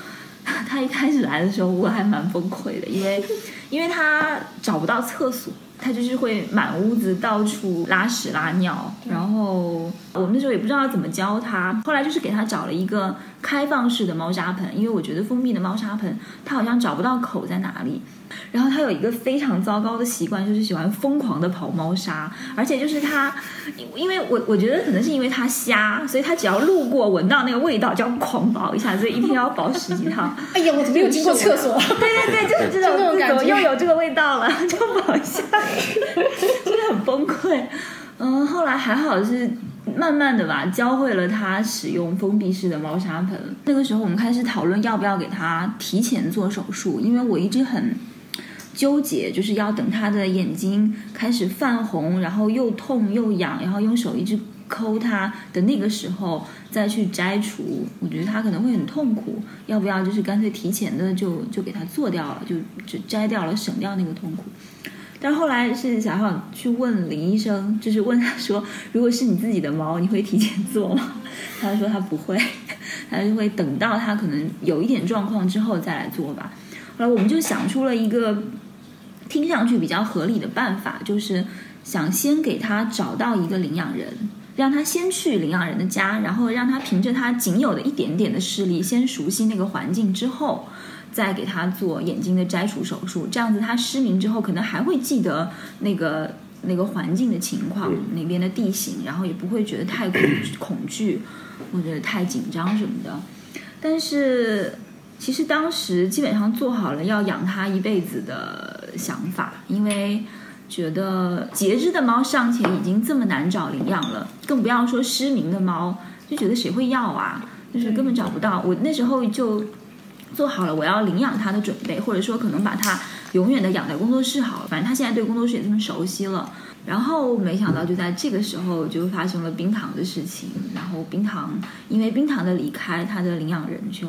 他一开始来的时候，我还蛮崩溃的，因为因为他找不到厕所，他就是会满屋子到处拉屎拉尿。然后我们那时候也不知道怎么教他，后来就是给他找了一个开放式的猫砂盆，因为我觉得封闭的猫砂盆他好像找不到口在哪里。然后他有一个非常糟糕的习惯，就是喜欢疯狂的刨猫砂，而且就是他，因为我我觉得可能是因为他瞎，所以他只要路过闻到那个味道就要狂刨一下，所以一天要刨十几趟。
哎呀，我怎么又经过厕所？
对对对，就是这种
就那种感觉
自由又有这个味道了，就不好笑，真的很崩溃。嗯，后来还好是慢慢的吧，教会了他使用封闭式的猫砂盆。那个时候我们开始讨论要不要给他提前做手术，因为我一直很纠结，就是要等他的眼睛开始泛红，然后又痛又痒，然后用手一直抠它的那个时候再去摘除，我觉得他可能会很痛苦。要不要就是干脆提前的就就给它做掉了，就就摘掉了，省掉那个痛苦。但是后来是想想去问林医生，就是问他说，如果是你自己的猫，你会提前做吗？ (laughs) 他说他不会，他就会等到他可能有一点状况之后再来做吧。后来我们就想出了一个听上去比较合理的办法，就是想先给他找到一个领养人，让他先去领养人的家，然后让他凭着他仅有的一点点的视力，先熟悉那个环境之后。再给他做眼睛的摘除手术，这样子他失明之后，可能还会记得那个那个环境的情况，那边的地形，然后也不会觉得太恐恐惧，或者太紧张什么的。但是其实当时基本上做好了要养它一辈子的想法，因为觉得截肢的猫尚且已经这么难找领养了，更不要说失明的猫，就觉得谁会要啊？就是根本找不到。我那时候就做好了我要领养它的准备，或者说可能把它永远的养在工作室好了，反正它现在对工作室也这么熟悉了。然后没想到就在这个时候就发生了冰糖的事情，然后冰糖因为冰糖的离开，他的领养人就。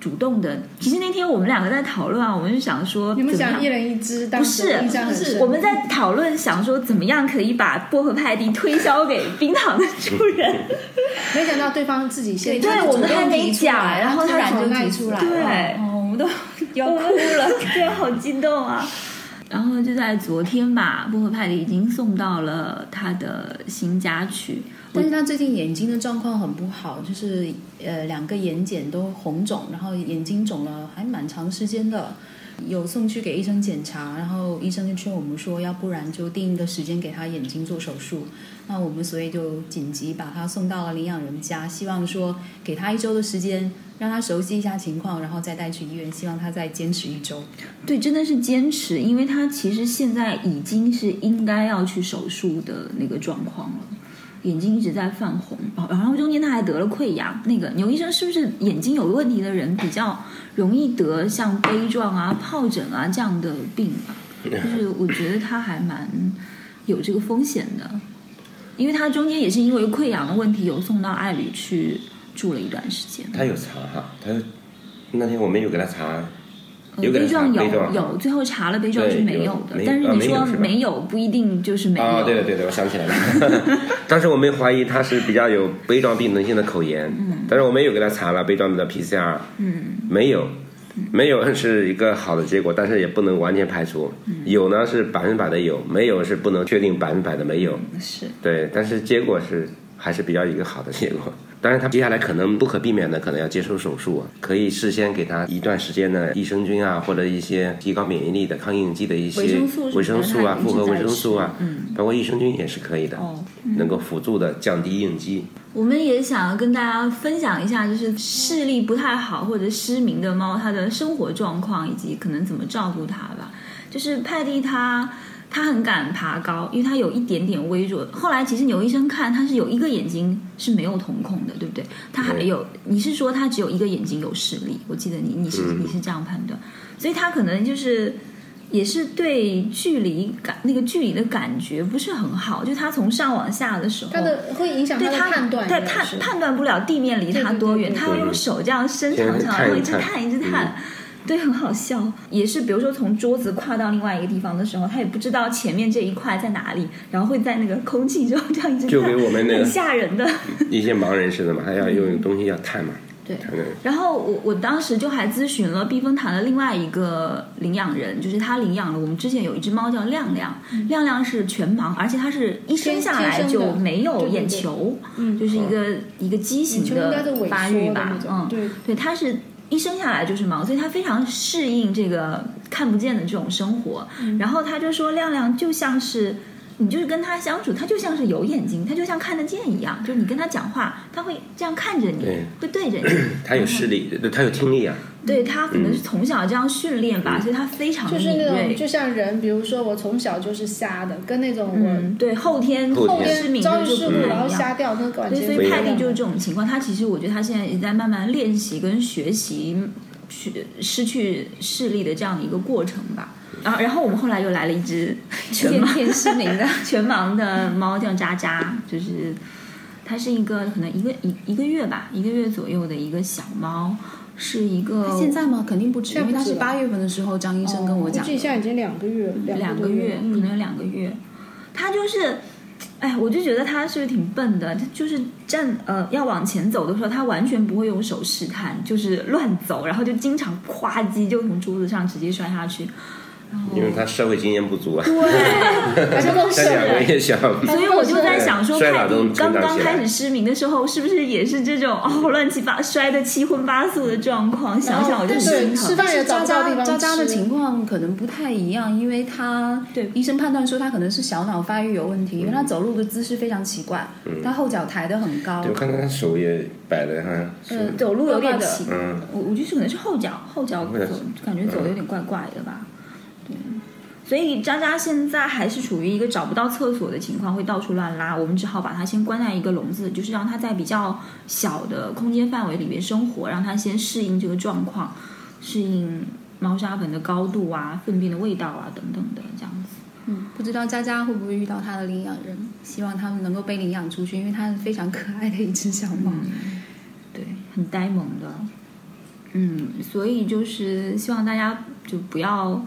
主动的，其实那天我们两个在讨论啊，我们就想说，
你们
怎么
想
样
一人一只，当时我印象很
不
深。
我们在讨论想说怎么样可以把薄荷派蒂推销给冰糖的主人，
(laughs) 没想到对方自己先
对我们还没讲然后
突
他
然
从
就
那
提
里
出来
出来
了，
对
哦，我们都要
我
哭
们
了。
(laughs)
对，好激动啊！然后就在昨天吧，薄荷派蒂已经送到了他的新家去，
但是他最近眼睛的状况很不好，就是呃两个眼睑都红肿，然后眼睛肿了还蛮长时间的。有送去给医生检查，然后医生就劝我们说，要不然就定一个时间给他眼睛做手术。那我们所以就紧急把他送到了领养人家，希望说给他一周的时间，让他熟悉一下情况，然后再带去医院，希望他再坚持一周。
对，真的是坚持，因为他其实现在已经是应该要去手术的那个状况了。眼睛一直在泛红，哦然后中间他还得了溃疡。那个牛医生是不是眼睛有问题的人比较容易得像杯状啊、疱疹啊这样的病啊？就是我觉得他还蛮有这个风险的，因为他中间也是因为溃疡的问题有送到爱侣去住了一段时间。
他有查哈，他那天我们有给他查，
呃
有给他
杯状
查杯
有
状
有，最后查了杯状是
对
没
有
有的，
没
但是
啊
你
没有
说
是吧
没有不一定就是没有。
啊，对了对了，我 (laughs) 想起来了。当时我们怀疑他是比较有杯状病毒性的口炎，但是我们有给他查了杯状的 PCR，
嗯，
没有，没有是一个好的结果，但是也不能完全排除。
嗯
有呢是百分百的有，没有是不能确定百分百的没有。
是。
对，但是结果是还是比较一个好的结果。 (laughs) 当然，他接下来可能不可避免的可能要接受手术啊，可以事先给他一段时间的益生菌啊，或者一些提高免疫力的抗硬剂的一些
维生素是不是
维生素啊
还，一直
复合
在
维生素啊，
吃嗯
包括益生菌也是可以的，
哦
能够辅助的降低应激。
我们也想要跟大家分享一下，就是视力不太好或者失明的猫，它的生活状况以及可能怎么照顾它吧。就是派蒂它，它很敢爬高，因为它有一点点微弱。后来其实牛医生看它是有一个眼睛是没有瞳孔的，对不对？它还有，你是说它只有一个眼睛有视力？我记得你你是
嗯
你是这样判断，所以它可能就是也是对距离感那个距离的感觉不是很好，就它从上往下的时候，
它的会影响它
对
的
他
判断，
对
应该
判
是
判断不了地面离他多远，他要用手这样伸长长，然后一直探一直探，
嗯
对，很好笑。也是，比如说从桌子跨到另外一个地方的时候，他也不知道前面这一块在哪里，然后会在那个空气中这样一直
就给我们那
很
个
吓人的。
一些盲人似的嘛，他要用东西要探嘛，
对
探那个
然后我我当时就还咨询了避风塘的另外一个领养人，就是他领养了我们之前有一只猫叫亮亮，亮亮是全盲，而且它是一生
天
下来
嗯天生
就
的
没有
对对
眼
对
球，
嗯
就是一个一个畸
眼
形
球应该是
的
萎
发
缩
育
的
吧
那，种，
嗯，
对，
对，他是一生下来就是盲，所以他非常适应这个看不见的这种生活。
嗯
然后他就说，亮亮就像是你就是跟他相处，他就像是有眼睛，他就像看得见一样，就是你跟他讲话，他会这样看着你
对，
会对着你。
他有视力，他有听力啊，
嗯
对他可能是从小这样训练吧，所以他非常
就是
敏
那种
锐。
就像人，比如说我从小就是瞎的，跟那种我
嗯，对，后天
后
后
天
失
天
明
遭遇
的就
事
不
故
太
然后
一样。
瞎掉，那个完
对，
全
所以
不
派
一
蒂
样
就是这种情况，他其实我觉得他现在也在慢慢练习跟学习去失去视力的这样的一个过程吧。然后，然后我们后来又来了一
(laughs)
只全
天
盲
天失明的，
(laughs) 全盲的猫，叫渣渣，就是它是一个可能一个一一个月吧，一个月左右的一个小猫，是一个
现在吗？肯定不止，因为哦他是八月份的时候，张医生跟我
估
讲的。
计现在已经两个月，
两
两
个月，
(laughs)
可能有
嗯，
两个月。他就是，哎，我就觉得他是不是挺笨的？他就是站呃要往前走的时候，他完全不会用手试探，就是乱走，然后就经常夸叽就从桌子上直接摔下去。然
哦
后
因为他社会经验不足啊，
对，还是更
他
是
两个月小。
所以我就在想说，
摔
凯
倒都
蒂
能
刚
成长
刚
起来
开始失明的时候，是不是也是这种哦乱七八摔的七昏八素的状况？想想我就
但
心
是
疼
吃。饭也找
渣
不到
渣
地方
渣渣的
吃
情况可能不太一样，因为他
对
医生判断说他可能是小脑发育有问题，因为他走路的姿势非常奇怪，他后脚抬得很高
对，我，看到他手也摆的，好像是
呃，
走嗯路有
怪
点
怪的
奇怪，
嗯
我我觉得可能是后脚后脚走
会的，
感觉走得有点怪怪的吧。对，所以渣渣现在还是处于一个找不到厕所的情况，会到处乱拉。我们只好把它先关在一个笼子，就是让它在比较小的空间范围里面生活，让它先适应这个状况，适应猫砂盆的高度啊、粪便的味道啊等等的这样子。
嗯，不知道佳佳会不会遇到他的领养人，希望他们能够被领养出去，因为它是非常可爱的一只小猫。
对，很呆萌的。嗯，所以就是希望大家就不要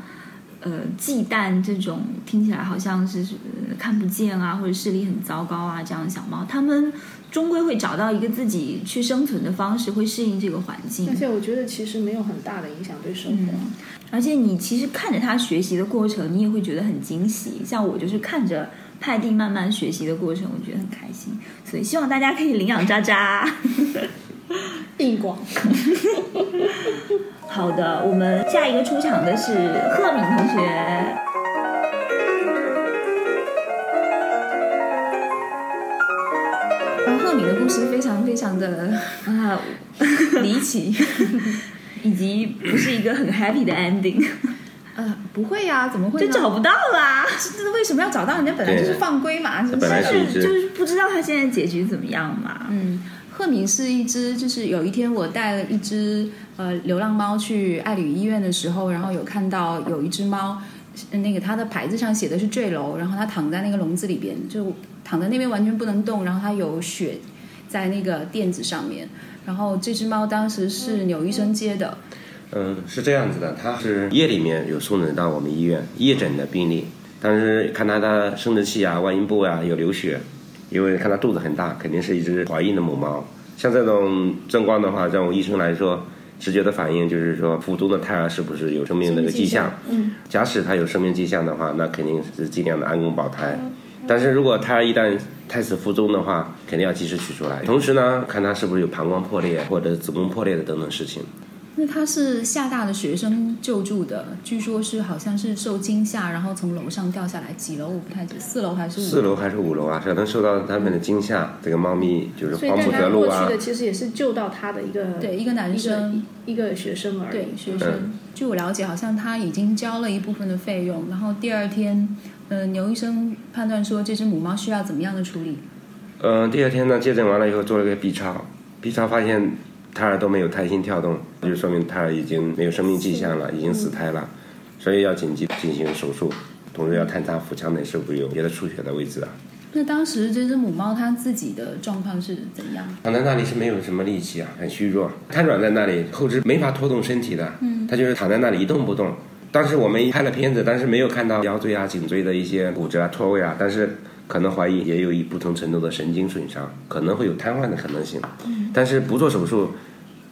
呃忌惮这种听起来好像是呃看不见啊，或者视力很糟糕啊这样的小猫，它们终归会找到一个自己去生存的方式，会适应这个环境
而。且我觉得其实没有很大的影响对生活。
嗯而且你其实看着他学习的过程，你也会觉得很惊喜。像我就是看着派蒂慢慢学习的过程，我觉得很开心。所以希望大家可以领养渣渣。
硬广，
好的，我们下一个出场的是赫敏同学。
而赫敏的故事非常非常的啊离奇，
(laughs) 以及不是一个很 happy 的 (laughs) ending，
呃，不会呀、怎么会
就
呢？
找不到啦、
这这为什么要找到人家？本来就是放归嘛，是不
本来
是？
是
就
一只
是不知道他现在结局怎么样嘛。
嗯，赫敏是一只，就是有一天我带了一只呃流浪猫去爱侣医院的时候，然后有看到有一只猫，是那个它的牌子上写的是坠楼，然后它躺在那个笼子里边，就躺在那边完全不能动，然后它有血在那个垫子上面。然后这只猫当时是纽医生接的，
嗯，是这样子的，他是夜里面有送诊到我们医院夜诊的病例，但是看他的生殖器啊、外阴部啊有流血，因为看他肚子很大，肯定是一只怀孕的母猫。像这种症状的话，在我医生来说，直觉的反应就是说，腹中的胎儿是不是有生命的一个迹象？嗯，假使他有生命迹象的话，那肯定是尽量的安宫保胎。但是如果胎儿一旦胎死腹中的话，肯定要及时取出来。同时呢，看他是不是有膀胱破裂或者子宫破裂的等等事情。
那它是厦大的学生救助的，据说是好像是受惊吓，然后从楼上掉下来，几楼我不太记，四楼还是五楼？
四楼还是五楼啊？可能受到他们的惊吓，这个猫咪就是
所以
慌
但
不
他
择路
过去
啊
的。其实也是救到他的一个
对，一个男
一个
生，
一个学生而已。
对学生，
嗯
据我了解，好像他已经交了一部分的费用，然后第二天，呃，牛医生判断说这只母猫需要怎么样的处理，
嗯、第二天呢，接诊完了以后做了个 B 超，B 超发现胎儿都没有胎心跳动，就说明胎儿已经没有生命迹象了，已经死胎了，所以要紧急进行手术，同时要探查腹腔内是不是有别的出血的位置啊。
那当时这只母猫它自己的状况是怎样？
躺啊在那里是没有什么力气啊，很虚弱，瘫软在那里，后肢没法拖动身体的，嗯，他就是躺在那里一动不动。当时我们拍了片子，但是没有看到腰椎啊、颈椎的一些骨折啊、脱位啊，但是可能怀疑也有一不同程度的神经损伤，可能会有瘫痪的可能性，嗯、但是不做手术，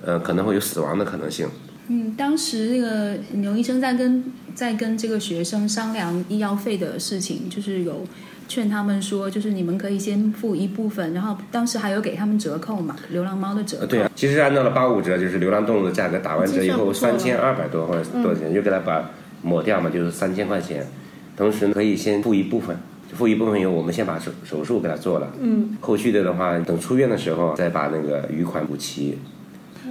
呃，可能会有死亡的可能性。
嗯，当时那个牛医生在跟在跟这个学生商量医药费的事情，就是有劝他们说，就是你们可以先付一部分，然后当时还有给他们折扣嘛，流浪猫的折扣。
呃，对啊，其实按照了八五折，就是流浪动物的价格，打完折以后
已经算
三
不错
千二百多或者多少钱，就给它把抹掉嘛，就是三千块钱。同时呢可以先付一部分，付一部分以后，我们先把手手术给它做了，嗯，后续的的话，等出院的时候再把那个余款补齐。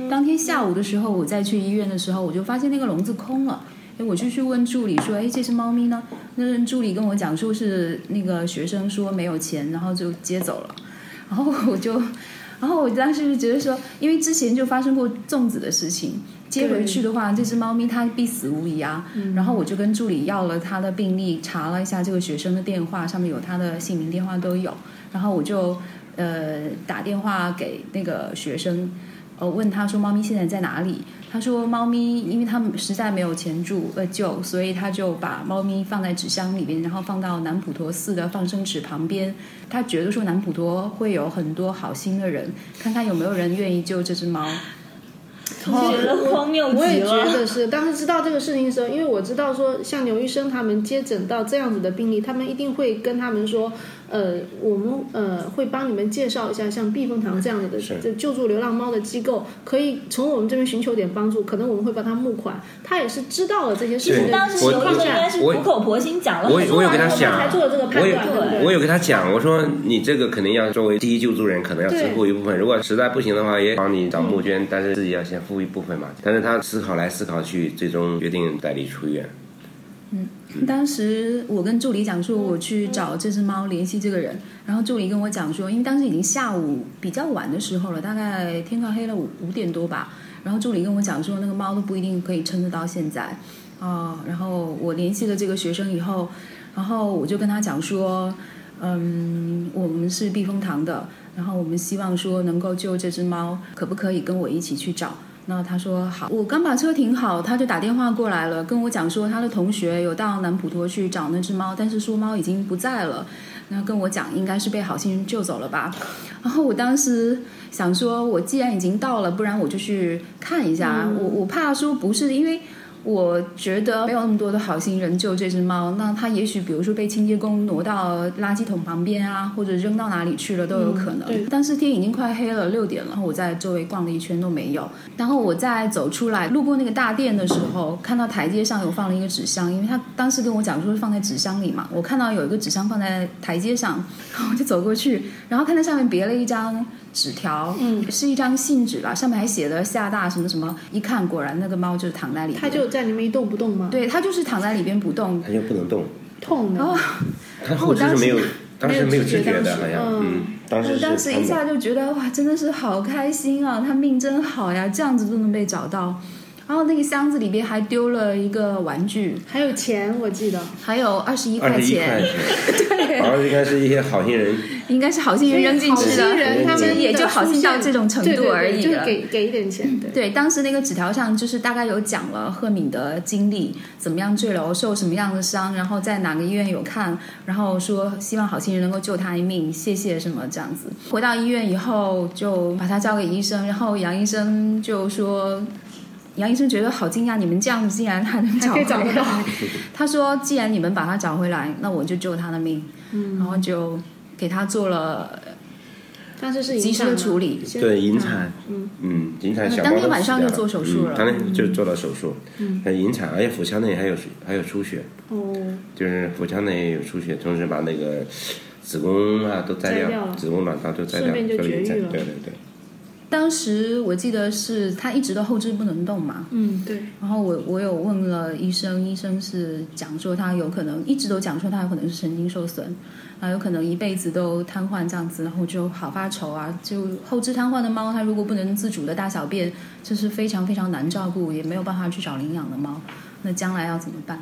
当天下午的时候，我再去医院的时候，我就发现那个笼子空了。哎，我就去问助理说：“哎，这只猫咪呢？”那助理跟我讲说是那个学生说没有钱，然后就接走了。然后我就，然后我当时就觉得说，因为之前就发生过粽子的事情，接回去的话，这只猫咪它必死无疑啊。然后我就跟助理要了他的病历，查了一下这个学生的电话，上面有他的姓名、电话都有。然后我就呃打电话给那个学生，呃问他说猫咪现在在哪里？他说猫咪因为他们实在没有钱住呃救，所以他就把猫咪放在纸箱里边，然后放到南普陀寺的放生池旁边。他觉得说南普陀会有很多好心的人，看看有没有人愿意救这只猫。
我觉得荒谬
嗯我
极
也觉
了。
得是，当时知道这个事情的时候，因为我知道说，像牛医生他们接诊到这样子的病例，他们一定会跟他们说，呃，我们呃会帮你们介绍一下像避风塘这样子的
是
就救助流浪猫的机构，可以从我们这边寻求点帮助，可能我们会帮他募款。他也是知道了这些事情
对
的
当时
我
刘医生应该是
我
苦口婆心讲了很
我
多，啊
我有给他
我们才
讲
做了这个判
我也
断，对不对？
我有跟他讲，我说你这个肯定要作为第一救助人，可能要支付一部分。如果实在不行的话，也帮你找募捐，但是自己要先付一部分嘛。但是他思考来思考去，最终决定代理出院。
当时我跟助理讲说，我去找这只猫联系这个人，然后助理跟我讲说，因为当时已经下午比较晚的时候了，大概天快黑了五五点多吧，然后助理跟我讲说，那个猫都不一定可以撑得到现在，啊、然后我联系了这个学生以后，然后我就跟他讲说，嗯，我们是避风塘的，然后我们希望说能够救这只猫，可不可以跟我一起去找？那他说好，我刚把车停好，他就打电话过来了，跟我讲说他的同学有到南普陀去找那只猫，但是说猫已经不在了，那跟我讲应该是被好心人救走了吧。然后我当时想说，我既然已经到了，不然我就去看一下，我我怕说不是因为。我觉得没有那么多的好心人救这只猫，那它也许比如说被清洁工挪到垃圾桶旁边啊，或者扔到哪里去了都有可能。
对
但是天已经快黑了，六点了，然后我在周围逛了一圈都没有。然后我在走出来路过那个大殿的时候，看到台阶上有放了一个纸箱，因为他当时跟我讲说是放在纸箱里嘛，我看到有一个纸箱放在台阶上，然后我就走过去，然后看到上面别了一张纸条，
嗯，
是一张信纸吧，上面还写的厦大什么什么，一看果然那个猫就躺在里面，
它就在里面一动不动嘛，
对，哦它就是躺在里边不动。
它就不能动，
痛的。
然后
它后肢是没有，当时没有知觉
没有知觉当
的，
时
好像，嗯，当时
我
是
当时一
看
下就觉得哇，真的是好开心啊！他命真好呀，这样子都能被找到。然后那个箱子里边还丢了一个玩具，
还有钱，我记得
还有二十一
到二
块
十一
钱
块，钱，
(laughs)
好像应该是一些好心人，
应该是好心人扔进
好
去
心
的。
人他
就
们
也
的
就好
出
心到
现
这种程
对对
度
对
而已
就是
了
给给一点钱，对。
对，当时那个纸条上就是大概有讲了赫敏的经历，怎么样坠楼，受什么样的伤，然后在哪个医院有看，然后说希望好心人能够救他一命，谢谢什么这样子。回到医院以后，就把他交给医生，然后杨医生就说。杨医生觉得好惊讶，你们这样子竟然还能找
可以
回
找回
(laughs) 来
来。
他说：“既然你们把他找回来，那我就救他的命。”嗯，然后就给他做了
但是是
及
影
时
响
的处理。
先
对引产，
嗯
嗯，引产小
当
猫
天
都
晚
死
上
掉
就做手
嗯
术了
当天就做了手术，那引产，而且腹腔内还有还有出血，
哦，
就是腹腔内有出血，同时把那个子宫啊都摘
摘掉了
子宫卵巢都摘
顺
掉，
便就
所以
绝育
才
了
对对对，
当时我记得是他一直都后肢不能动嘛，
嗯，对，
然后我我有问了医生，医生是讲说他有可能一直都讲说他有可能是神经受损，啊，有可能一辈子都瘫痪这样子，然后就好发愁啊。就后肢瘫痪的猫，它如果不能自主的大小便，这是非常非常难照顾，也没有办法去找领养的猫，那将来要怎么办？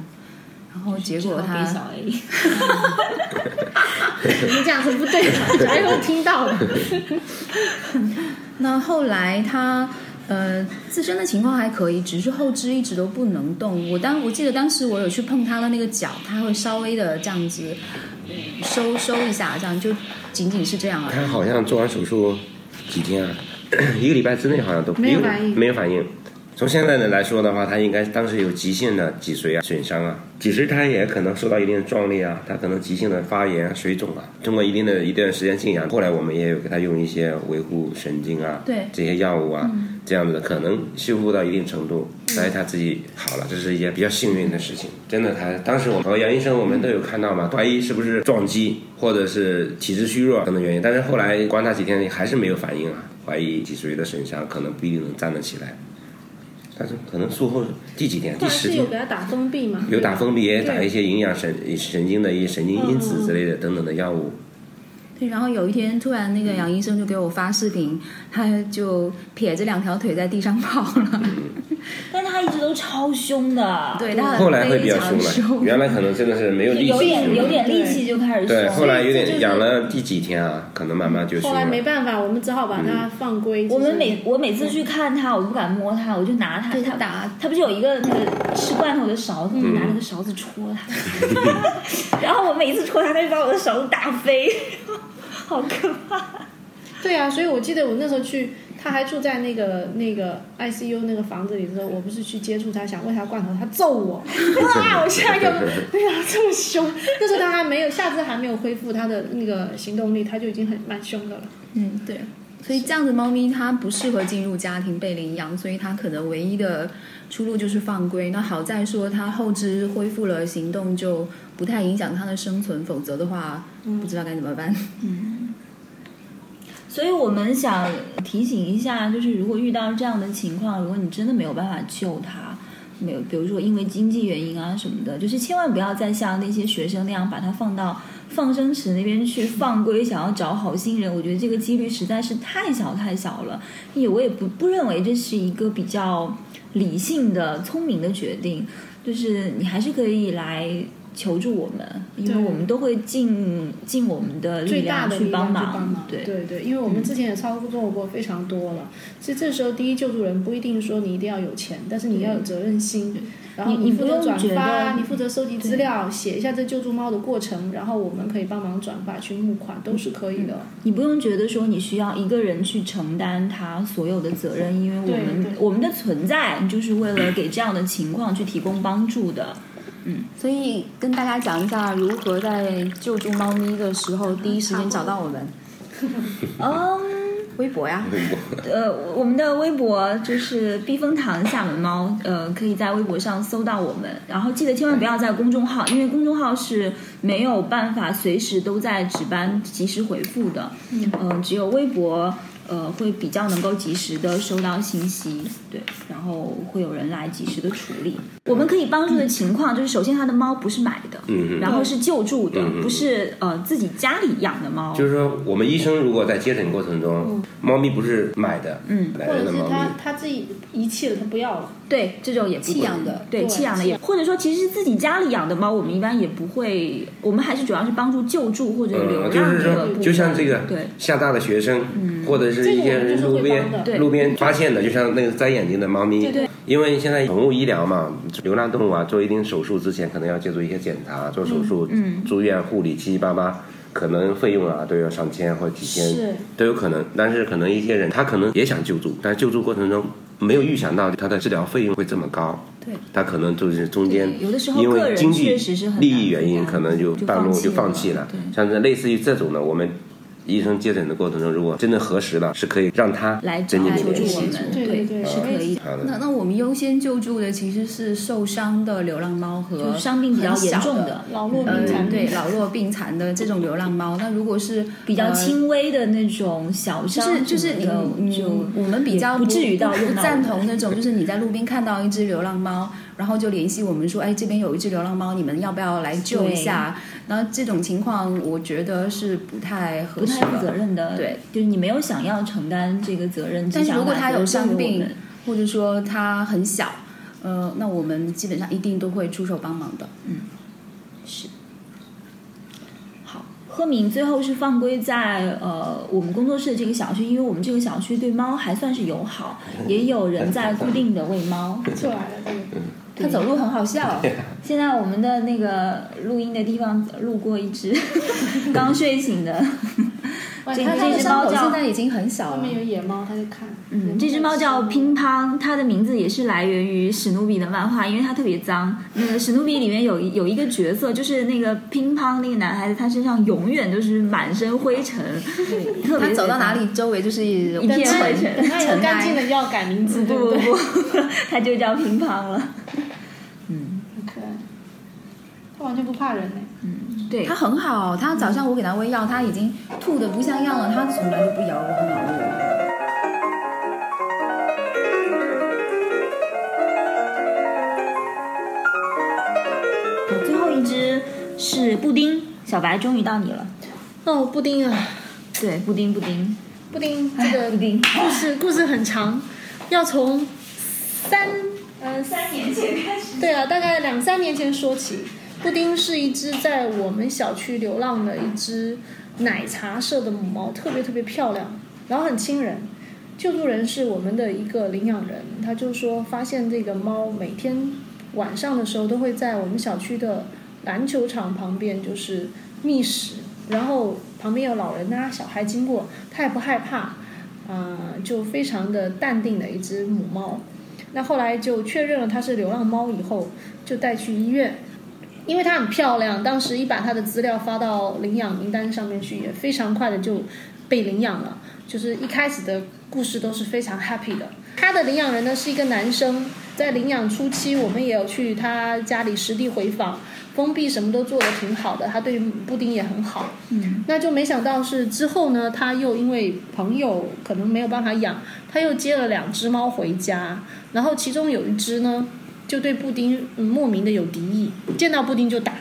然后结果
只好给
他
小 A。
你讲是不对 (laughs)
(laughs)
的，小 A 都听到了，
那后来他呃自身的情况还可以，只是后肢一直都不能动。我当我记得当时我有去碰他的那个脚，他会稍微的这样子嗯收收一下，这样就仅仅是这样而已。
他好像做完手术几天啊， (coughs) 一个礼拜之内好像都
没有反应
没有反应。从现在的来说的话，他应该当时有急性的脊髓啊损伤啊，脊髓它也可能受到一定的撞力啊，它可能急性的发炎、啊、水肿啊。通过一定的一段时间静养，后来我们也有给他用一些维护神经啊，
对
这些药物啊，这样子的可能修复到一定程度，哎，他自己好了，这是一件比较幸运的事情。真的，他当时我和杨医生我们都有看到嘛，怀疑是不是撞击或者是体质虚弱等等原因，但是后来观察几天还是没有反应啊，怀疑脊髓的损伤可能不一定能站得起来，但是可能术后第几天，
后
第
来
十
是
天
有给他打封闭嘛，
有打封闭，也
对
打一些营养神神经的一些神经因子之类的等等的药物，
对，然后有一天突然那个杨医生就给我发视频，他就撇着两条腿在地上跑了。
但是他一直都超凶的，
(laughs) 对，他
后来会比较
嗯非常
凶了，(laughs)
凶
原来可能真的是没有
就
力气
有点
凶了
有点力气就开始
对，后
凶。
来
所
有
以这就
点
是
养了第几天啊，可能慢慢就凶
后来
了。
没办法，我们只好把它放归。
我
就
们
是
每我每次去看他，我不敢摸他，我就拿他，
嗯对
他
他打
他不是有一个那个吃罐头的勺子，我就拿那个勺子戳他， (laughs) 然后我每次戳他，他就把我的勺子打飞， (laughs) 好可怕。
对啊，所以我记得我那时候去，他还住在那个那个 ICU 那个房子里的时候，我不是去接触他，想喂他罐头，他揍我，哇！我吓一跳，对啊，这么凶。 (laughs) 那时候他还没有，下肢还没有恢复他的那个行动力，他就已经很蛮凶的了。
嗯，对。所以这样的猫咪它不适合进入家庭被领养，所以它可能唯一的出路就是放归。那好在说它后肢恢复了行动，就不太影响它的生存，否则的话不知道该怎么办。
所以我们想提醒一下，就是如果遇到这样的情况，如果你真的没有办法救他，没有，比如说因为经济原因啊什么的，就是千万不要再像那些学生那样把他放到放生池那边去放归，想要找好心人。我觉得这个几率实在是太小太小了，也我也不不认为这是一个比较理性的、聪明的决定。就是你还是可以来求助我们，因
对
为我们都会尽尽我们的力
最大
量
的力
去
量
帮
去帮忙，
对，嗯
对因为我们之前也操作过非常多了。其实这时候第一救助人不一定说你一定要有钱，但是你要有责任心，然后
你
负责
你不
转
用觉
发，
得
你负责收集资料，写一下这救助猫的过程，然后我们可以帮忙转发去募款，都是可以的。
你不用觉得说你需要一个人去承担他所有的责任，因为我
对
们
对
我们的存在就是为了给这样的情况去提供帮助的。
所以跟大家讲一下如何在救助猫咪的时候第一时间找到我们，
嗯，
微博呀，
呃，我们的微博就是避风塘厦门猫，呃，可以在微博上搜到我们。然后记得千万不要在公众号，因为公众号是没有办法随时都在值班及时回复的。嗯、呃，只有微博，呃，会比较能够及时的收到信息，对，然后会有人来及时的处理。我们可以帮助的情况就是，首先它的猫不是买的，
(laughs) 嗯嗯
然后是救助的，
嗯嗯
不是呃自己家里养的猫，
就是说，我们医生如果在接诊过程中，猫咪不是买的，
嗯
来
或
源
者
的
是
猫咪
他，他自己遗弃了，他不要了，
对，这种也不
弃养的
对，
对
弃养的
弃
也，或者说其实是自己家里养的猫，我们一般也不会，我们还是主要是帮助救助或者流
嗯，就
浪
是
这个
说
部分。，
就像这个
对
厦大的学生，或者是一些
嗯
人
这个我们
路
就是会帮的
对
边路边发现的，就像那个摘眼睛的猫咪
对对，
因为现在宠物医疗嘛，流浪动物啊，做一定手术之前，可能要接受一些检查，做手术、
嗯
住院、护理，七七八八。可能费用啊都要上千或几
是
千，都有可能。但是可能一些人他可能也想救助，但是救助过程中没有预想到他的治疗费用会这么高。
对，
他可能就是中间
对有的时候
因
个
为
人
经济
确实是很
利
难
益原因，
负担
可能就
就
半路
放弃
就放
了
弃了
对。
像是类似于这种的，我们医生接诊的过程中，如果真的核实了，是可以让他
来
跟你
来
们
求助
联
我
系。
们，
对对对
是可以的。
好的，
那那我们优先救助的其实是受伤的流浪猫和
就伤病比较严重的
很小的。
老弱
呃
病
嗯
残，，
对老弱病残的这种流浪猫，那如果是
比较
呃
轻微的那种小
就
伤
是就是
什
你
么的嗯
你
就
我们比较
也不至于到
不
用
不
到
赞同那种，就是你在路边看到一只流浪猫，然后就联系我们说，哎，这边有一只流浪猫，你们要不要来救一下？然后这种情况，我觉得是不太合
不
适
太负责
的。
任的，
对，
就是你没有想要承担这个责任，
但
只
是
想
如果
把
它
责任
有伤
归给我
病
们
或者说它很小，呃，那我们基本上一定都会出手帮忙的。
好，赫敏最后是放归在呃我们工作室的这个小区，因为我们这个小区对猫还算是友好，
嗯
也有人在固定的喂猫。
出来了，对，
嗯
它走路很
(laughs)
好笑，
现在我们的那个录音的地方路过一只刚睡醒的，这
它它
这
的
只
伤
猫
口现
叫。
在已经很小
外
了。
面有野猫，他就看，
嗯，这只猫叫乒乓，它的名字也是来源于史努比的漫画，因为它特别脏。那个史努比里面有一有一个角色，就是那个乒乓那个男孩子，他身上永远都是满身灰尘，特别
它走到哪
里。
里，周围就是一
一片
尘
灰尘
等它有
尘
干
(laughs)
净
埃。
的要改名字，
不
对
不
对？
不， (laughs) 它就叫乒乓了。
很可爱，它完全不怕人呢。
对
它，很好，它早上我给它喂药，它已经吐的不像样了，它从来都不咬我，不挠我。
最后一只是布丁，小白终于到你了。
哦，布丁啊，
对，布丁布丁，
布丁，这个
(laughs) 布丁
故事故事很长，要从三呃
三年前开始。
对啊，大概两三年前说起。布丁是一只在我们小区流浪的一只奶茶色的母猫，特别特别漂亮，然后很亲人。救助人是我们的一个领养人，他就说发现这个猫每天晚上的时候都会在我们小区的篮球场旁边就是觅食，然后旁边有老人啊、小孩经过，它也不害怕，嗯、就非常的淡定的一只母猫。那后来就确认了它是流浪猫以后，就带去医院，因为它很漂亮，当时一把它的资料发到领养名单上面去，也非常快的就被领养了。就是一开始的故事都是非常 happy 的。它的领养人呢是一个男生，在领养初期，我们也有去他家里实地回访，封闭什么都做得挺好的，他对布丁也很好。嗯，那就没想到是之后呢，他又因为朋友可能没有办法养，他又接了两只猫回家，然后其中有一只呢，就对布丁、嗯莫名的有敌意，见到布丁就打，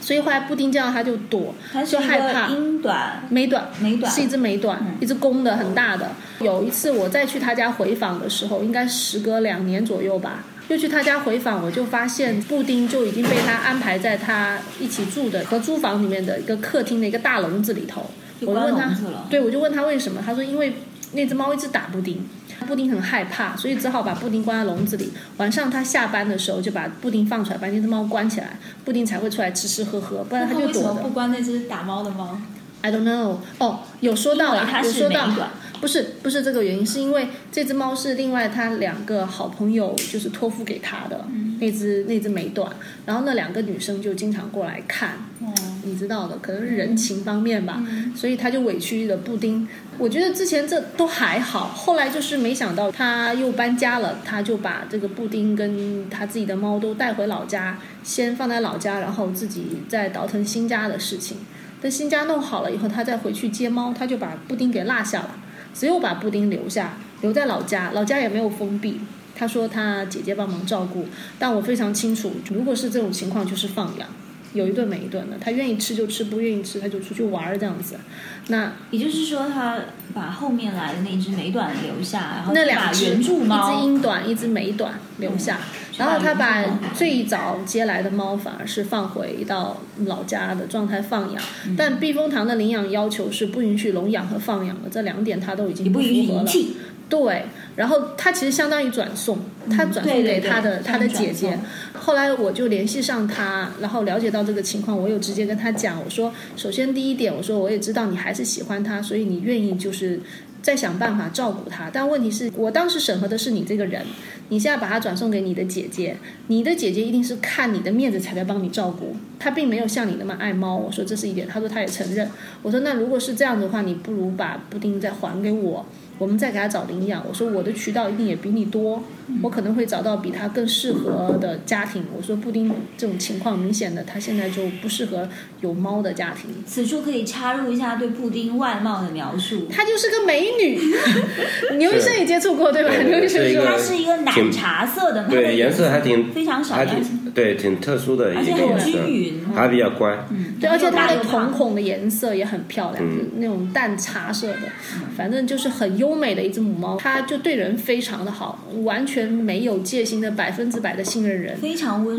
所以后来布丁见到他就躲，
它是
就
一
害怕
个英短
美短。
美短嗯
是，一只美短，一只公的，很大的。有一次我再去他家回访的时候，应该时隔两年左右吧，又去他家回访，我就发现布丁就已经被他安排在他一起住的合租房里面的一个客厅的一个大笼子里头。
就
我就
关
问
笼
他
子了，
对我就问他为什么，他说因为那只猫一直打布丁，布丁很害怕，所以只好把布丁关在笼子里。晚上他下班的时候就把布丁放出来，把那只猫关起来，布丁才会出来吃吃喝喝，不然
那
它
他
就
为什
躲
么
着
不。关那只打猫的猫？
I don't know。哦，有说到
因为
了，
它
有
是
说到
美短，
不是不是这个原因，是因为这只猫是另外他两个好朋友就是托付给他的、
嗯
那只那只美短，然后那两个女生就经常过来看，
哦
你知道的，
嗯
可能是人情方面吧，所以他就委屈了布丁。我觉得之前这都还好，后来就是没想到他又搬家了，他就把这个布丁跟他自己的猫都带回老家，先放在老家，然后自己再倒腾新家的事情。等新家弄好了以后，他再回去接猫，他就把布丁给落下了，只有把布丁留下，留在老家，老家也没有封闭。他说他姐姐帮忙照顾，但我非常清楚，如果是这种情况，就是放养，有一顿没一顿的，他愿意吃就吃，不愿意吃他就出去玩儿这样子。那
也就是说，他把后面来的那只美短留下，然后
那
再
两
把
只，
原著猫嗯
一只英短，一只美短留下，然后他把最早接来的猫反而是放回到老家的状态放养，
嗯
但避风塘的领养要求是不允许笼养和放养的，这两点他都已
也
经
不允许
符合
遗
了。
弃，
对，然后他其实相当于转送，他转送
嗯对对
给他的
对
他的
相当于
姐姐
转。
后来我就联系上他，然后了解到这个情况，我有直接跟他讲，我说，首先第一点，我说我也知道你还是喜欢他，所以你愿意就是。再想办法照顾他，但问题是我当时审核的是你这个人，你现在把他转送给你的姐姐，你的姐姐一定是看你的面子才在帮你照顾，她并没有像你那么爱猫。我说这是一点，她说她也承认。我说那如果是这样的话，你不如把布丁再还给我，我们再给他找领养。我说我的渠道一定也比你多，我可能会找到比他更适合的家庭。我说布丁这种情况明显的，他现在就不适合有猫的家庭。
此处可以插入一下对布丁外貌的描述。
她就是个美女，牛医生也接触过对吧？
对对
牛医
是
生
一
说
个
它是一个奶茶色的嘛，它的
对，颜色还挺
非常少，
还
而且
挺对，挺特殊的
而
一
且
个嗯颜
很
色
均，匀，
还比较乖。
嗯对，而且它的瞳
瞳孔
孔的颜色也很漂亮，就是那种淡茶色的，反正就是很优美的一只母猫。它就对人非常的好，完全没有戒心的，百分之百的信任人。
非常温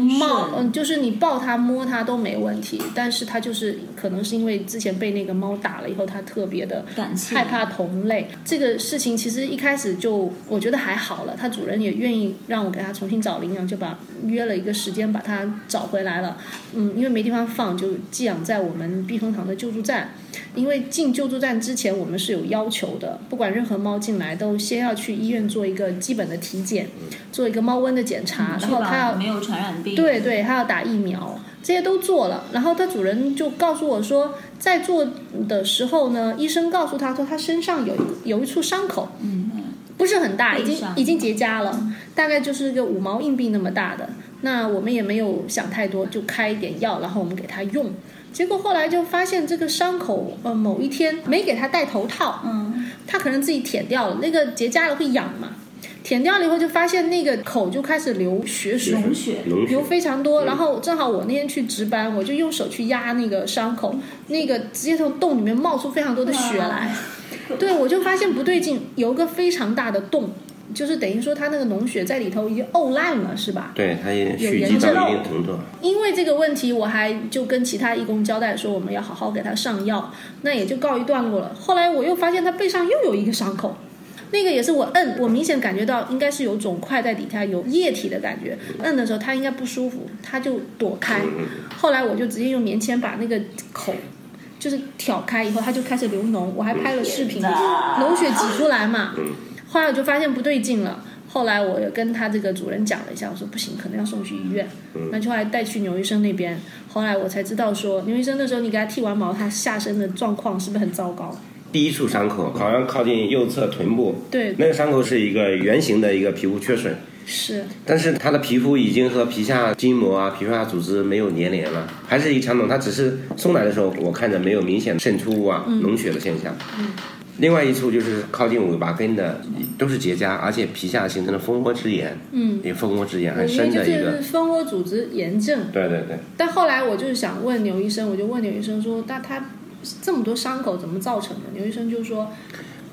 顺，
猫，嗯，就是你抱它、摸它都没问题，但是它就是可能是因为之前被那个猫打了以后，它特别的
感性，
嗯害怕同类。这个事情其实一开始就我觉得还好了，它主人也愿意让我给它重新找领养，就把约了一个时间把它找回来了。嗯，因为没地方放，就寄养在我们避风塘的救助站。因为进救助站之前，我们是有要求的，不管任何猫进来，都先要去医院做一个基本的体检，做一个猫瘟的检查，然
确
后它要
保没有传染病，
对对，还要打疫苗，这些都做了。然后他主人就告诉我说，在做的时候呢，医生告诉他说，他身上有一有一处伤口，嗯，不是很大，已
背
经
上
已经结痂了，大概就是个五毛硬币那么大的。那我们也没有想太多，就开一点药，然后我们给他用。结果后来就发现这个伤口，呃，某一天没给他戴头套，
嗯，
它可能自己舔掉了，那个结痂了会痒嘛，舔掉了以后就发现那个口就开始流血水，
脓血，
脓血
流非常多。然后正好我那天去值班，我就用手去压那个伤口，那个直接从洞里面冒出非常多的血来，对我就发现不对劲，有一个非常大的洞。就是等于说，它那个脓血在里头已经沤烂了，是吧？
对，它也
有
蓄
颜
积到
色
一定程度，
因为这个问题，我还就跟其他义工交代说，我们要好好给他上药，那也就告一段落了。后来我又发现他背上又有一个伤口，那个也是我摁，我明显感觉到应该是有肿块在底下，有液体的感觉。摁的时候他应该不舒服，他就躲开。后来我就直接用棉签把那个口。就是挑开以后，它就开始流脓，我还拍了视频，脓血挤出来嘛。后来我就发现不对劲了，后来我也跟他这个主人讲了一下，我说不行，可能要送去医院。那就后来带去牛医生那边，后来我才知道说，牛医生那时候你给他剃完毛，他下身的状况是不是很糟糕？
第一处伤口好像靠近右侧臀部，
对，
那个伤口是一个圆形的一个皮肤缺损，
是
但是它的皮肤已经和皮下筋膜啊、皮下组织没有粘连了，还是一长脓，它只是送来的时候我看着没有明显的渗出物啊、
嗯
脓血的现象。另外一处就是靠近尾巴根的，都是结痂，而且皮下形成了蜂窝之炎，嗯，一个蜂窝之炎很
我觉得
深
就
的一个
是，蜂窝组织炎症。
对对对，
但后来我就是想问牛医生，我就问牛医生说，那他这么多伤口怎么造成的？牛医生就说，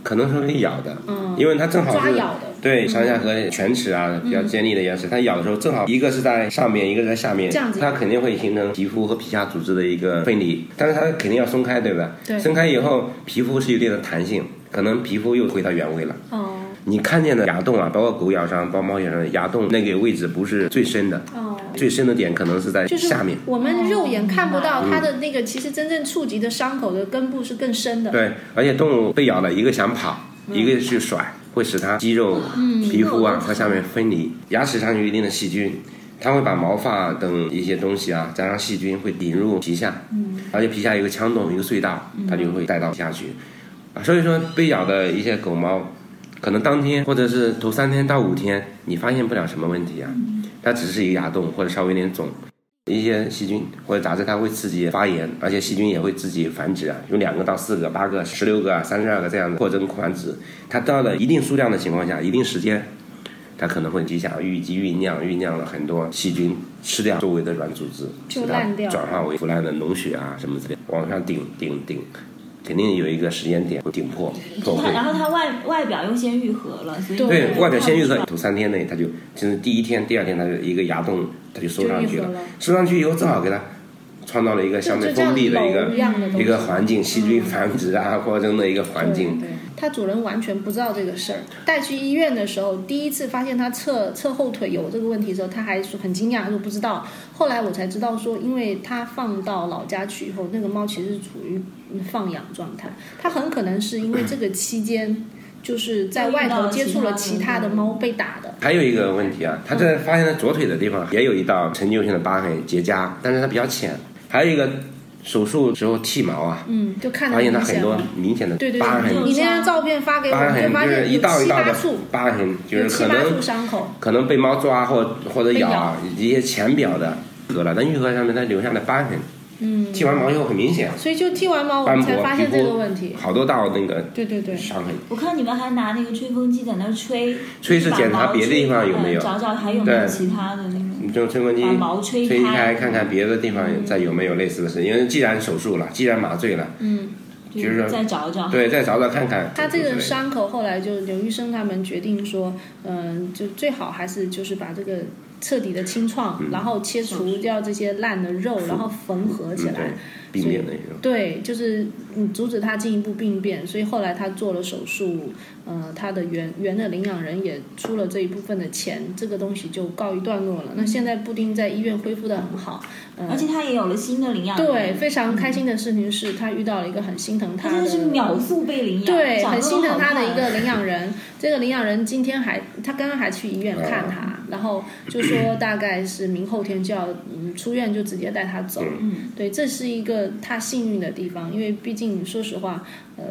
可能是被咬的，
嗯，
因为它正好
抓
是
咬的，
对，上下颌犬齿
嗯
啊，比较尖利的牙齿，它咬的时候正好一个是在上面，一个是在下面，
这样子
它肯定会形成皮肤和皮下组织的一个分离，但是它肯定要松开，对吧？
对
松开以后，皮肤是有点弹性，可能皮肤又回到原位了。
哦
你看见的牙洞啊，包括狗咬伤、包括猫咬伤，牙洞那个位置不是最深的，
哦，
最深的点可能是在
就是
下面。嗯
我们肉眼看不到它的那个，其实真正触及的伤口的根部是更深的。
对，而且动物被咬了，一个想跑，一个去甩，会使它肌肉、皮肤啊和下面分离。牙齿上有一定的细菌，它会把毛发等一些东西啊，加上细菌会引入皮下，而且皮下有个腔洞，有一个隧道，它就会带到下去。啊，所以说被咬的一些狗猫，可能当天或者是头三天到五天，你发现不了什么问题啊，它只是一个牙洞或者稍微有点肿。一些细菌或者杂质，它会自己发炎，而且细菌也会自己繁殖啊，有两个到四个、八个、十六个啊、三十二个这样的扩增繁殖。它到了一定数量的情况下，一定时间，它可能会积下淤积酝酿，酝酿了很多细菌，吃掉周围的软组织，
就
使它
烂掉
转化为腐烂的脓血啊什么之类的，往上顶顶顶，肯定有一个时间点会顶破破
它
(laughs)
溃。
然后它外外表又先愈合了，所以
对
对，
就
外表先愈合
看，不出
头三天内它就，就是第一天、第二天它就一个牙洞，它就收上去
就愈
了
合了，
收上去以后正好给它创造了一个相
就
对
就像
封闭的
楼
一个
一样的东
一个
西，
环境，细菌繁殖啊扩增的一个环境。
它主人完全不知道这个事儿。带去医院的时候，第一次发现它侧侧后腿有这个问题的时候，他还说很惊讶，说不知道。后来我才知道说，因为它放到老家去以后，那个猫其实是处于放养状态，它很可能是因为这个期间。就是在外头接触了其他的猫被打的，
还有一个问题啊，它在发现它左腿的地方也有一道陈旧性的疤痕结痂，但是它比较浅。还有一个手术时候剃毛啊，
嗯，就看得
发现它
明
很
显
多
了。
明显的
对对
疤
对，
痕
你，你那张照片发给我，
疤
你
痕
就发
就是
现
一
有
道一
七
道
八
的
处，
疤痕，就
有
是
七
可
八
能
处伤口。
可能被猫抓或或者咬啊，一些浅表的割了，但愈合上面它留下的疤痕，嗯，剃完毛以后很明显，
所以就剃完毛，我
斑
们
驳
才发现
皮
这
肤
个问题。
好多道那个
对对对，
伤痕。
我看你们还拿那个吹风机在那儿吹，
吹是
把
检查
毛
别的
吹
地方有
开
没有
找找还有没有
对
其他的那种，
你就吹风机
把毛吹
吹
开
开，看看别的地方有再有没有类似的事，因为既然手术了，既然麻醉了，
嗯
就
就是
再找找。
对，再找找看看。
他这
之类
个
的
伤口后来就刘医生他们决定说，嗯、就最好还是就是把这个彻底的清创，然后切除掉这些烂的肉，然后缝合起
嗯
来。
对，避免那种。
对，就是嗯，阻止它进一步病变，所以后来他做了手术，呃，他的原原的领养人也出了这一部分的钱，这个东西就告一段落了。那现在布丁在医院恢复的很好，呃
而且它也有了新的领养人，
对，非常开心的事情是他遇到了一个很心疼
它
他
真的
的，
是秒速被领养，
对，
长
很
得都
心疼
好
他的一
看
个领养人。这个领养人今天还，他刚刚还去医院看
哦
他，然后就说大概是明后天就要嗯出院，就直接带他走。嗯，对，这是一个他幸运的地方，因为毕竟说实话，呃，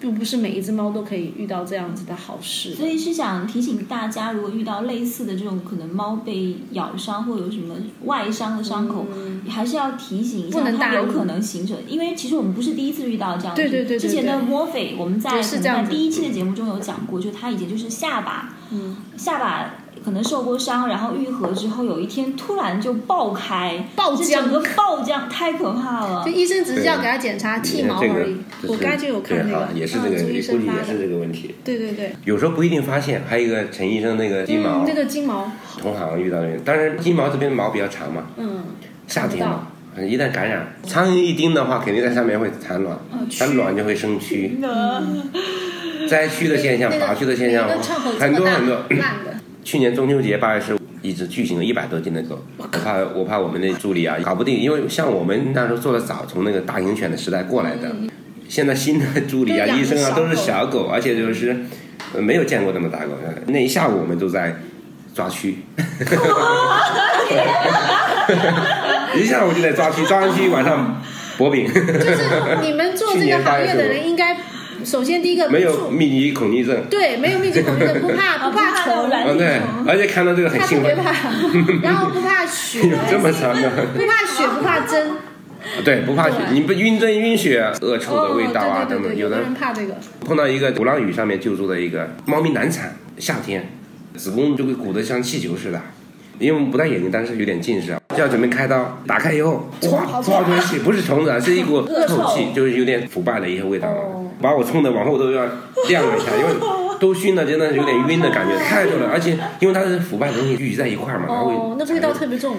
并不是每一只猫都可以遇到这样子的好事。
所以是想提醒大家，如果遇到类似的这种可能猫被咬伤或有什么外伤的伤口，还是要提醒一
嗯不
下，
能大
它有
意
可能形成。因为其实我们不是第一次遇到这样的
对
事，
对对对
之前的
对
墨菲，我们在
对
可
是
能
这样
在
子
第一期的节目中有讲过，就它以前就是下巴，
嗯，
下巴。可能受过伤，然后愈合之后，有一天突然就爆开，
爆
这
浆
整个爆浆太可怕了
就。医生只是要给他检查剃
你
毛
看这
而
个
已，，
这
我
是
刚才就有看
对
那个
好，也是
嗯
这个，
朱
也
医
估
生
计
发
也是
的，
这个问题。
对对对，
有时候不一定发现，还有一个陈医生那个金毛
嗯，，这个金毛，
同行遇到的人，当然金毛这边毛比较长嘛，
嗯，
夏
看不
天
到
嘛，一旦感染，苍蝇一叮的话，肯定在上面会产卵，
啊
产卵就会生蛆。 (laughs) 灾区的现象、
那个
拔区的现象哦
那个创口，这
很
么
多
大
很多。
烂的。
去年中秋节八月十五，一只巨型的一百多斤的狗，我怕我怕我们的助理啊搞不定，因为像我们那时候做的早，从那个大型犬的时代过来的，现在新的助理啊、
都养
医
的
生啊
小
都是
狗
小狗，而且就是呃没有见过那么大狗，那一下午我们都在抓蛆。 (laughs) 一下午就得抓蛆，抓完蛆晚上薄饼，
就是你们做这个行业的人，应该首先第一个
没
不
有
触
密集恐惧症。
对，没有密集恐惧
(laughs)
症，不怕
啊
不
不怕
怕虫，
那种
啊，对，而且看到这个很
他特
兴
别
奋，
怕，然后不怕血，
有 (laughs) 这么长的。
不怕血，不怕针。
对，不怕血，你不晕针晕血、恶臭的
哦，
味
对
道啊
对
等
对
等，
对，
有
有
的
的人怕这个，
碰到一个鼓浪屿上面救助的一个猫咪难产，夏天子宫就会鼓得像气球似的，因为我们不戴眼镜，但是有点近视啊，就要准备开刀，打开以后，哇，抓出来血，不是虫子啊，是一股
恶臭
啊
哦
臭气，就是有点腐败的一些味道嘛，把我冲的往后都要踉了一下，因为都熏的，真的有点晕的感觉，太多了。而且因为它是腐败东西聚集在一块儿嘛，它会
哦，那味道特别重，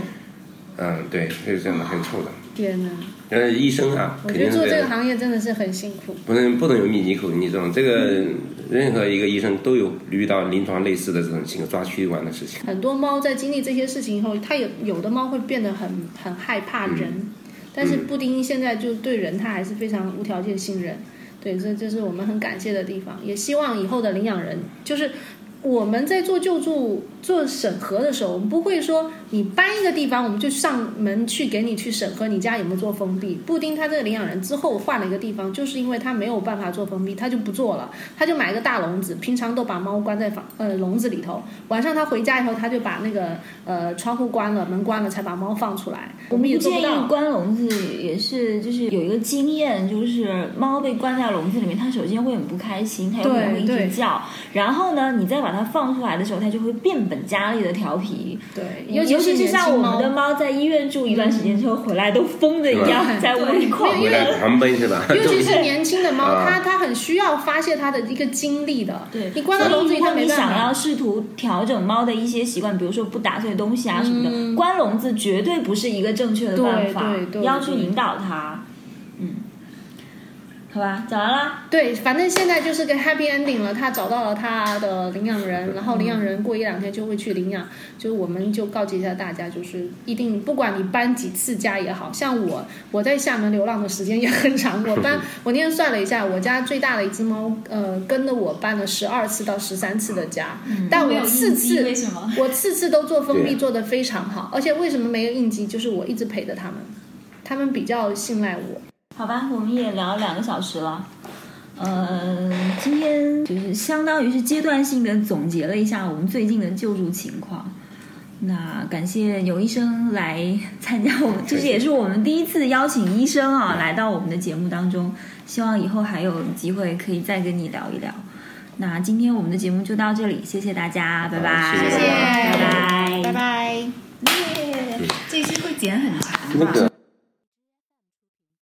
嗯，对，就是这样的，很臭的。
天哪！
呃，医生啊，
我
肯
觉
定
得
是
做这
样
个行业真的是很辛苦。
不能不能有密集恐惧症，这个任何一个医生都有遇到临床类似的这种情抓蛆丸的事情。
很多猫在经历这些事情以后，它有有的猫会变得很很害怕人，但是布丁现在就对人它还是非常无条件信任。对，这这是我们很感谢的地方，也希望以后的领养人就是。我们在做救助、做审核的时候，我们不会说你搬一个地方，我们就上门去给你去审核你家有没有做封闭。布丁他这个领养人之后换了一个地方，就是因为他没有办法做封闭，他就不做了，他就买一个大笼子，平常都把猫关在房呃笼子里头，晚上他回家以后，他就把那个呃窗户关了，门关了，才把猫放出来。我们也
不
做
建
不
议
到。
关笼子，也是就是有一个经验，就是猫被关在笼子里面，它首先会很不开心，它有可能会一
对
直
对
叫。然后呢，你再把它放出来的时候，它就会变本加厉的调皮。
对，
尤
其
是
年轻
像我们的
猫。
猫嗯在医院住一段时间之后回来，都疯的一样
对
在屋里狂
回来
奔。
狂奔是吧？
尤其是年轻的猫，
啊
它它很需要发泄它的一个精力的。
对，
你关到笼子里，
所以如
它
果
没
你
办
想要
法。
试图调整猫的一些习惯，比如说不打碎东西啊什么的，
嗯
关笼子绝对不是一个正确的办法，
对对对
要去引导它。嗯，好吧，讲完了。
对，反正现在就是个 happy ending 了，它找到了它的领养人，然后领养人过一两天就会去领养。就是我们就告诫一下大家，就是一定不管你搬几次家也好像我我在厦门流浪的时间也很长，我搬我那天算了一下，我家最大的一只猫，呃，跟着我搬了十二次到十三次的家，但
没
我
有
次
应激
次
为什么？
我次次都做封闭
对
做得非常好，而且为什么没有应急？就是我一直陪着他们，他们比较信赖我。
好吧，我们也聊了两个小时了。呃，今天就是相当于是阶段性的总结了一下我们最近的救助情况。那感谢牛医生来参加
(laughs)
我们，这是也是我们第一次邀请医生啊来到我们的节目当中。希望以后还有机会可以再跟你聊一聊。那今天我们的节目就到这里，谢谢大家，拜拜，
好谢谢
拜拜，
拜拜。耶，这期会剪很长吧？
那个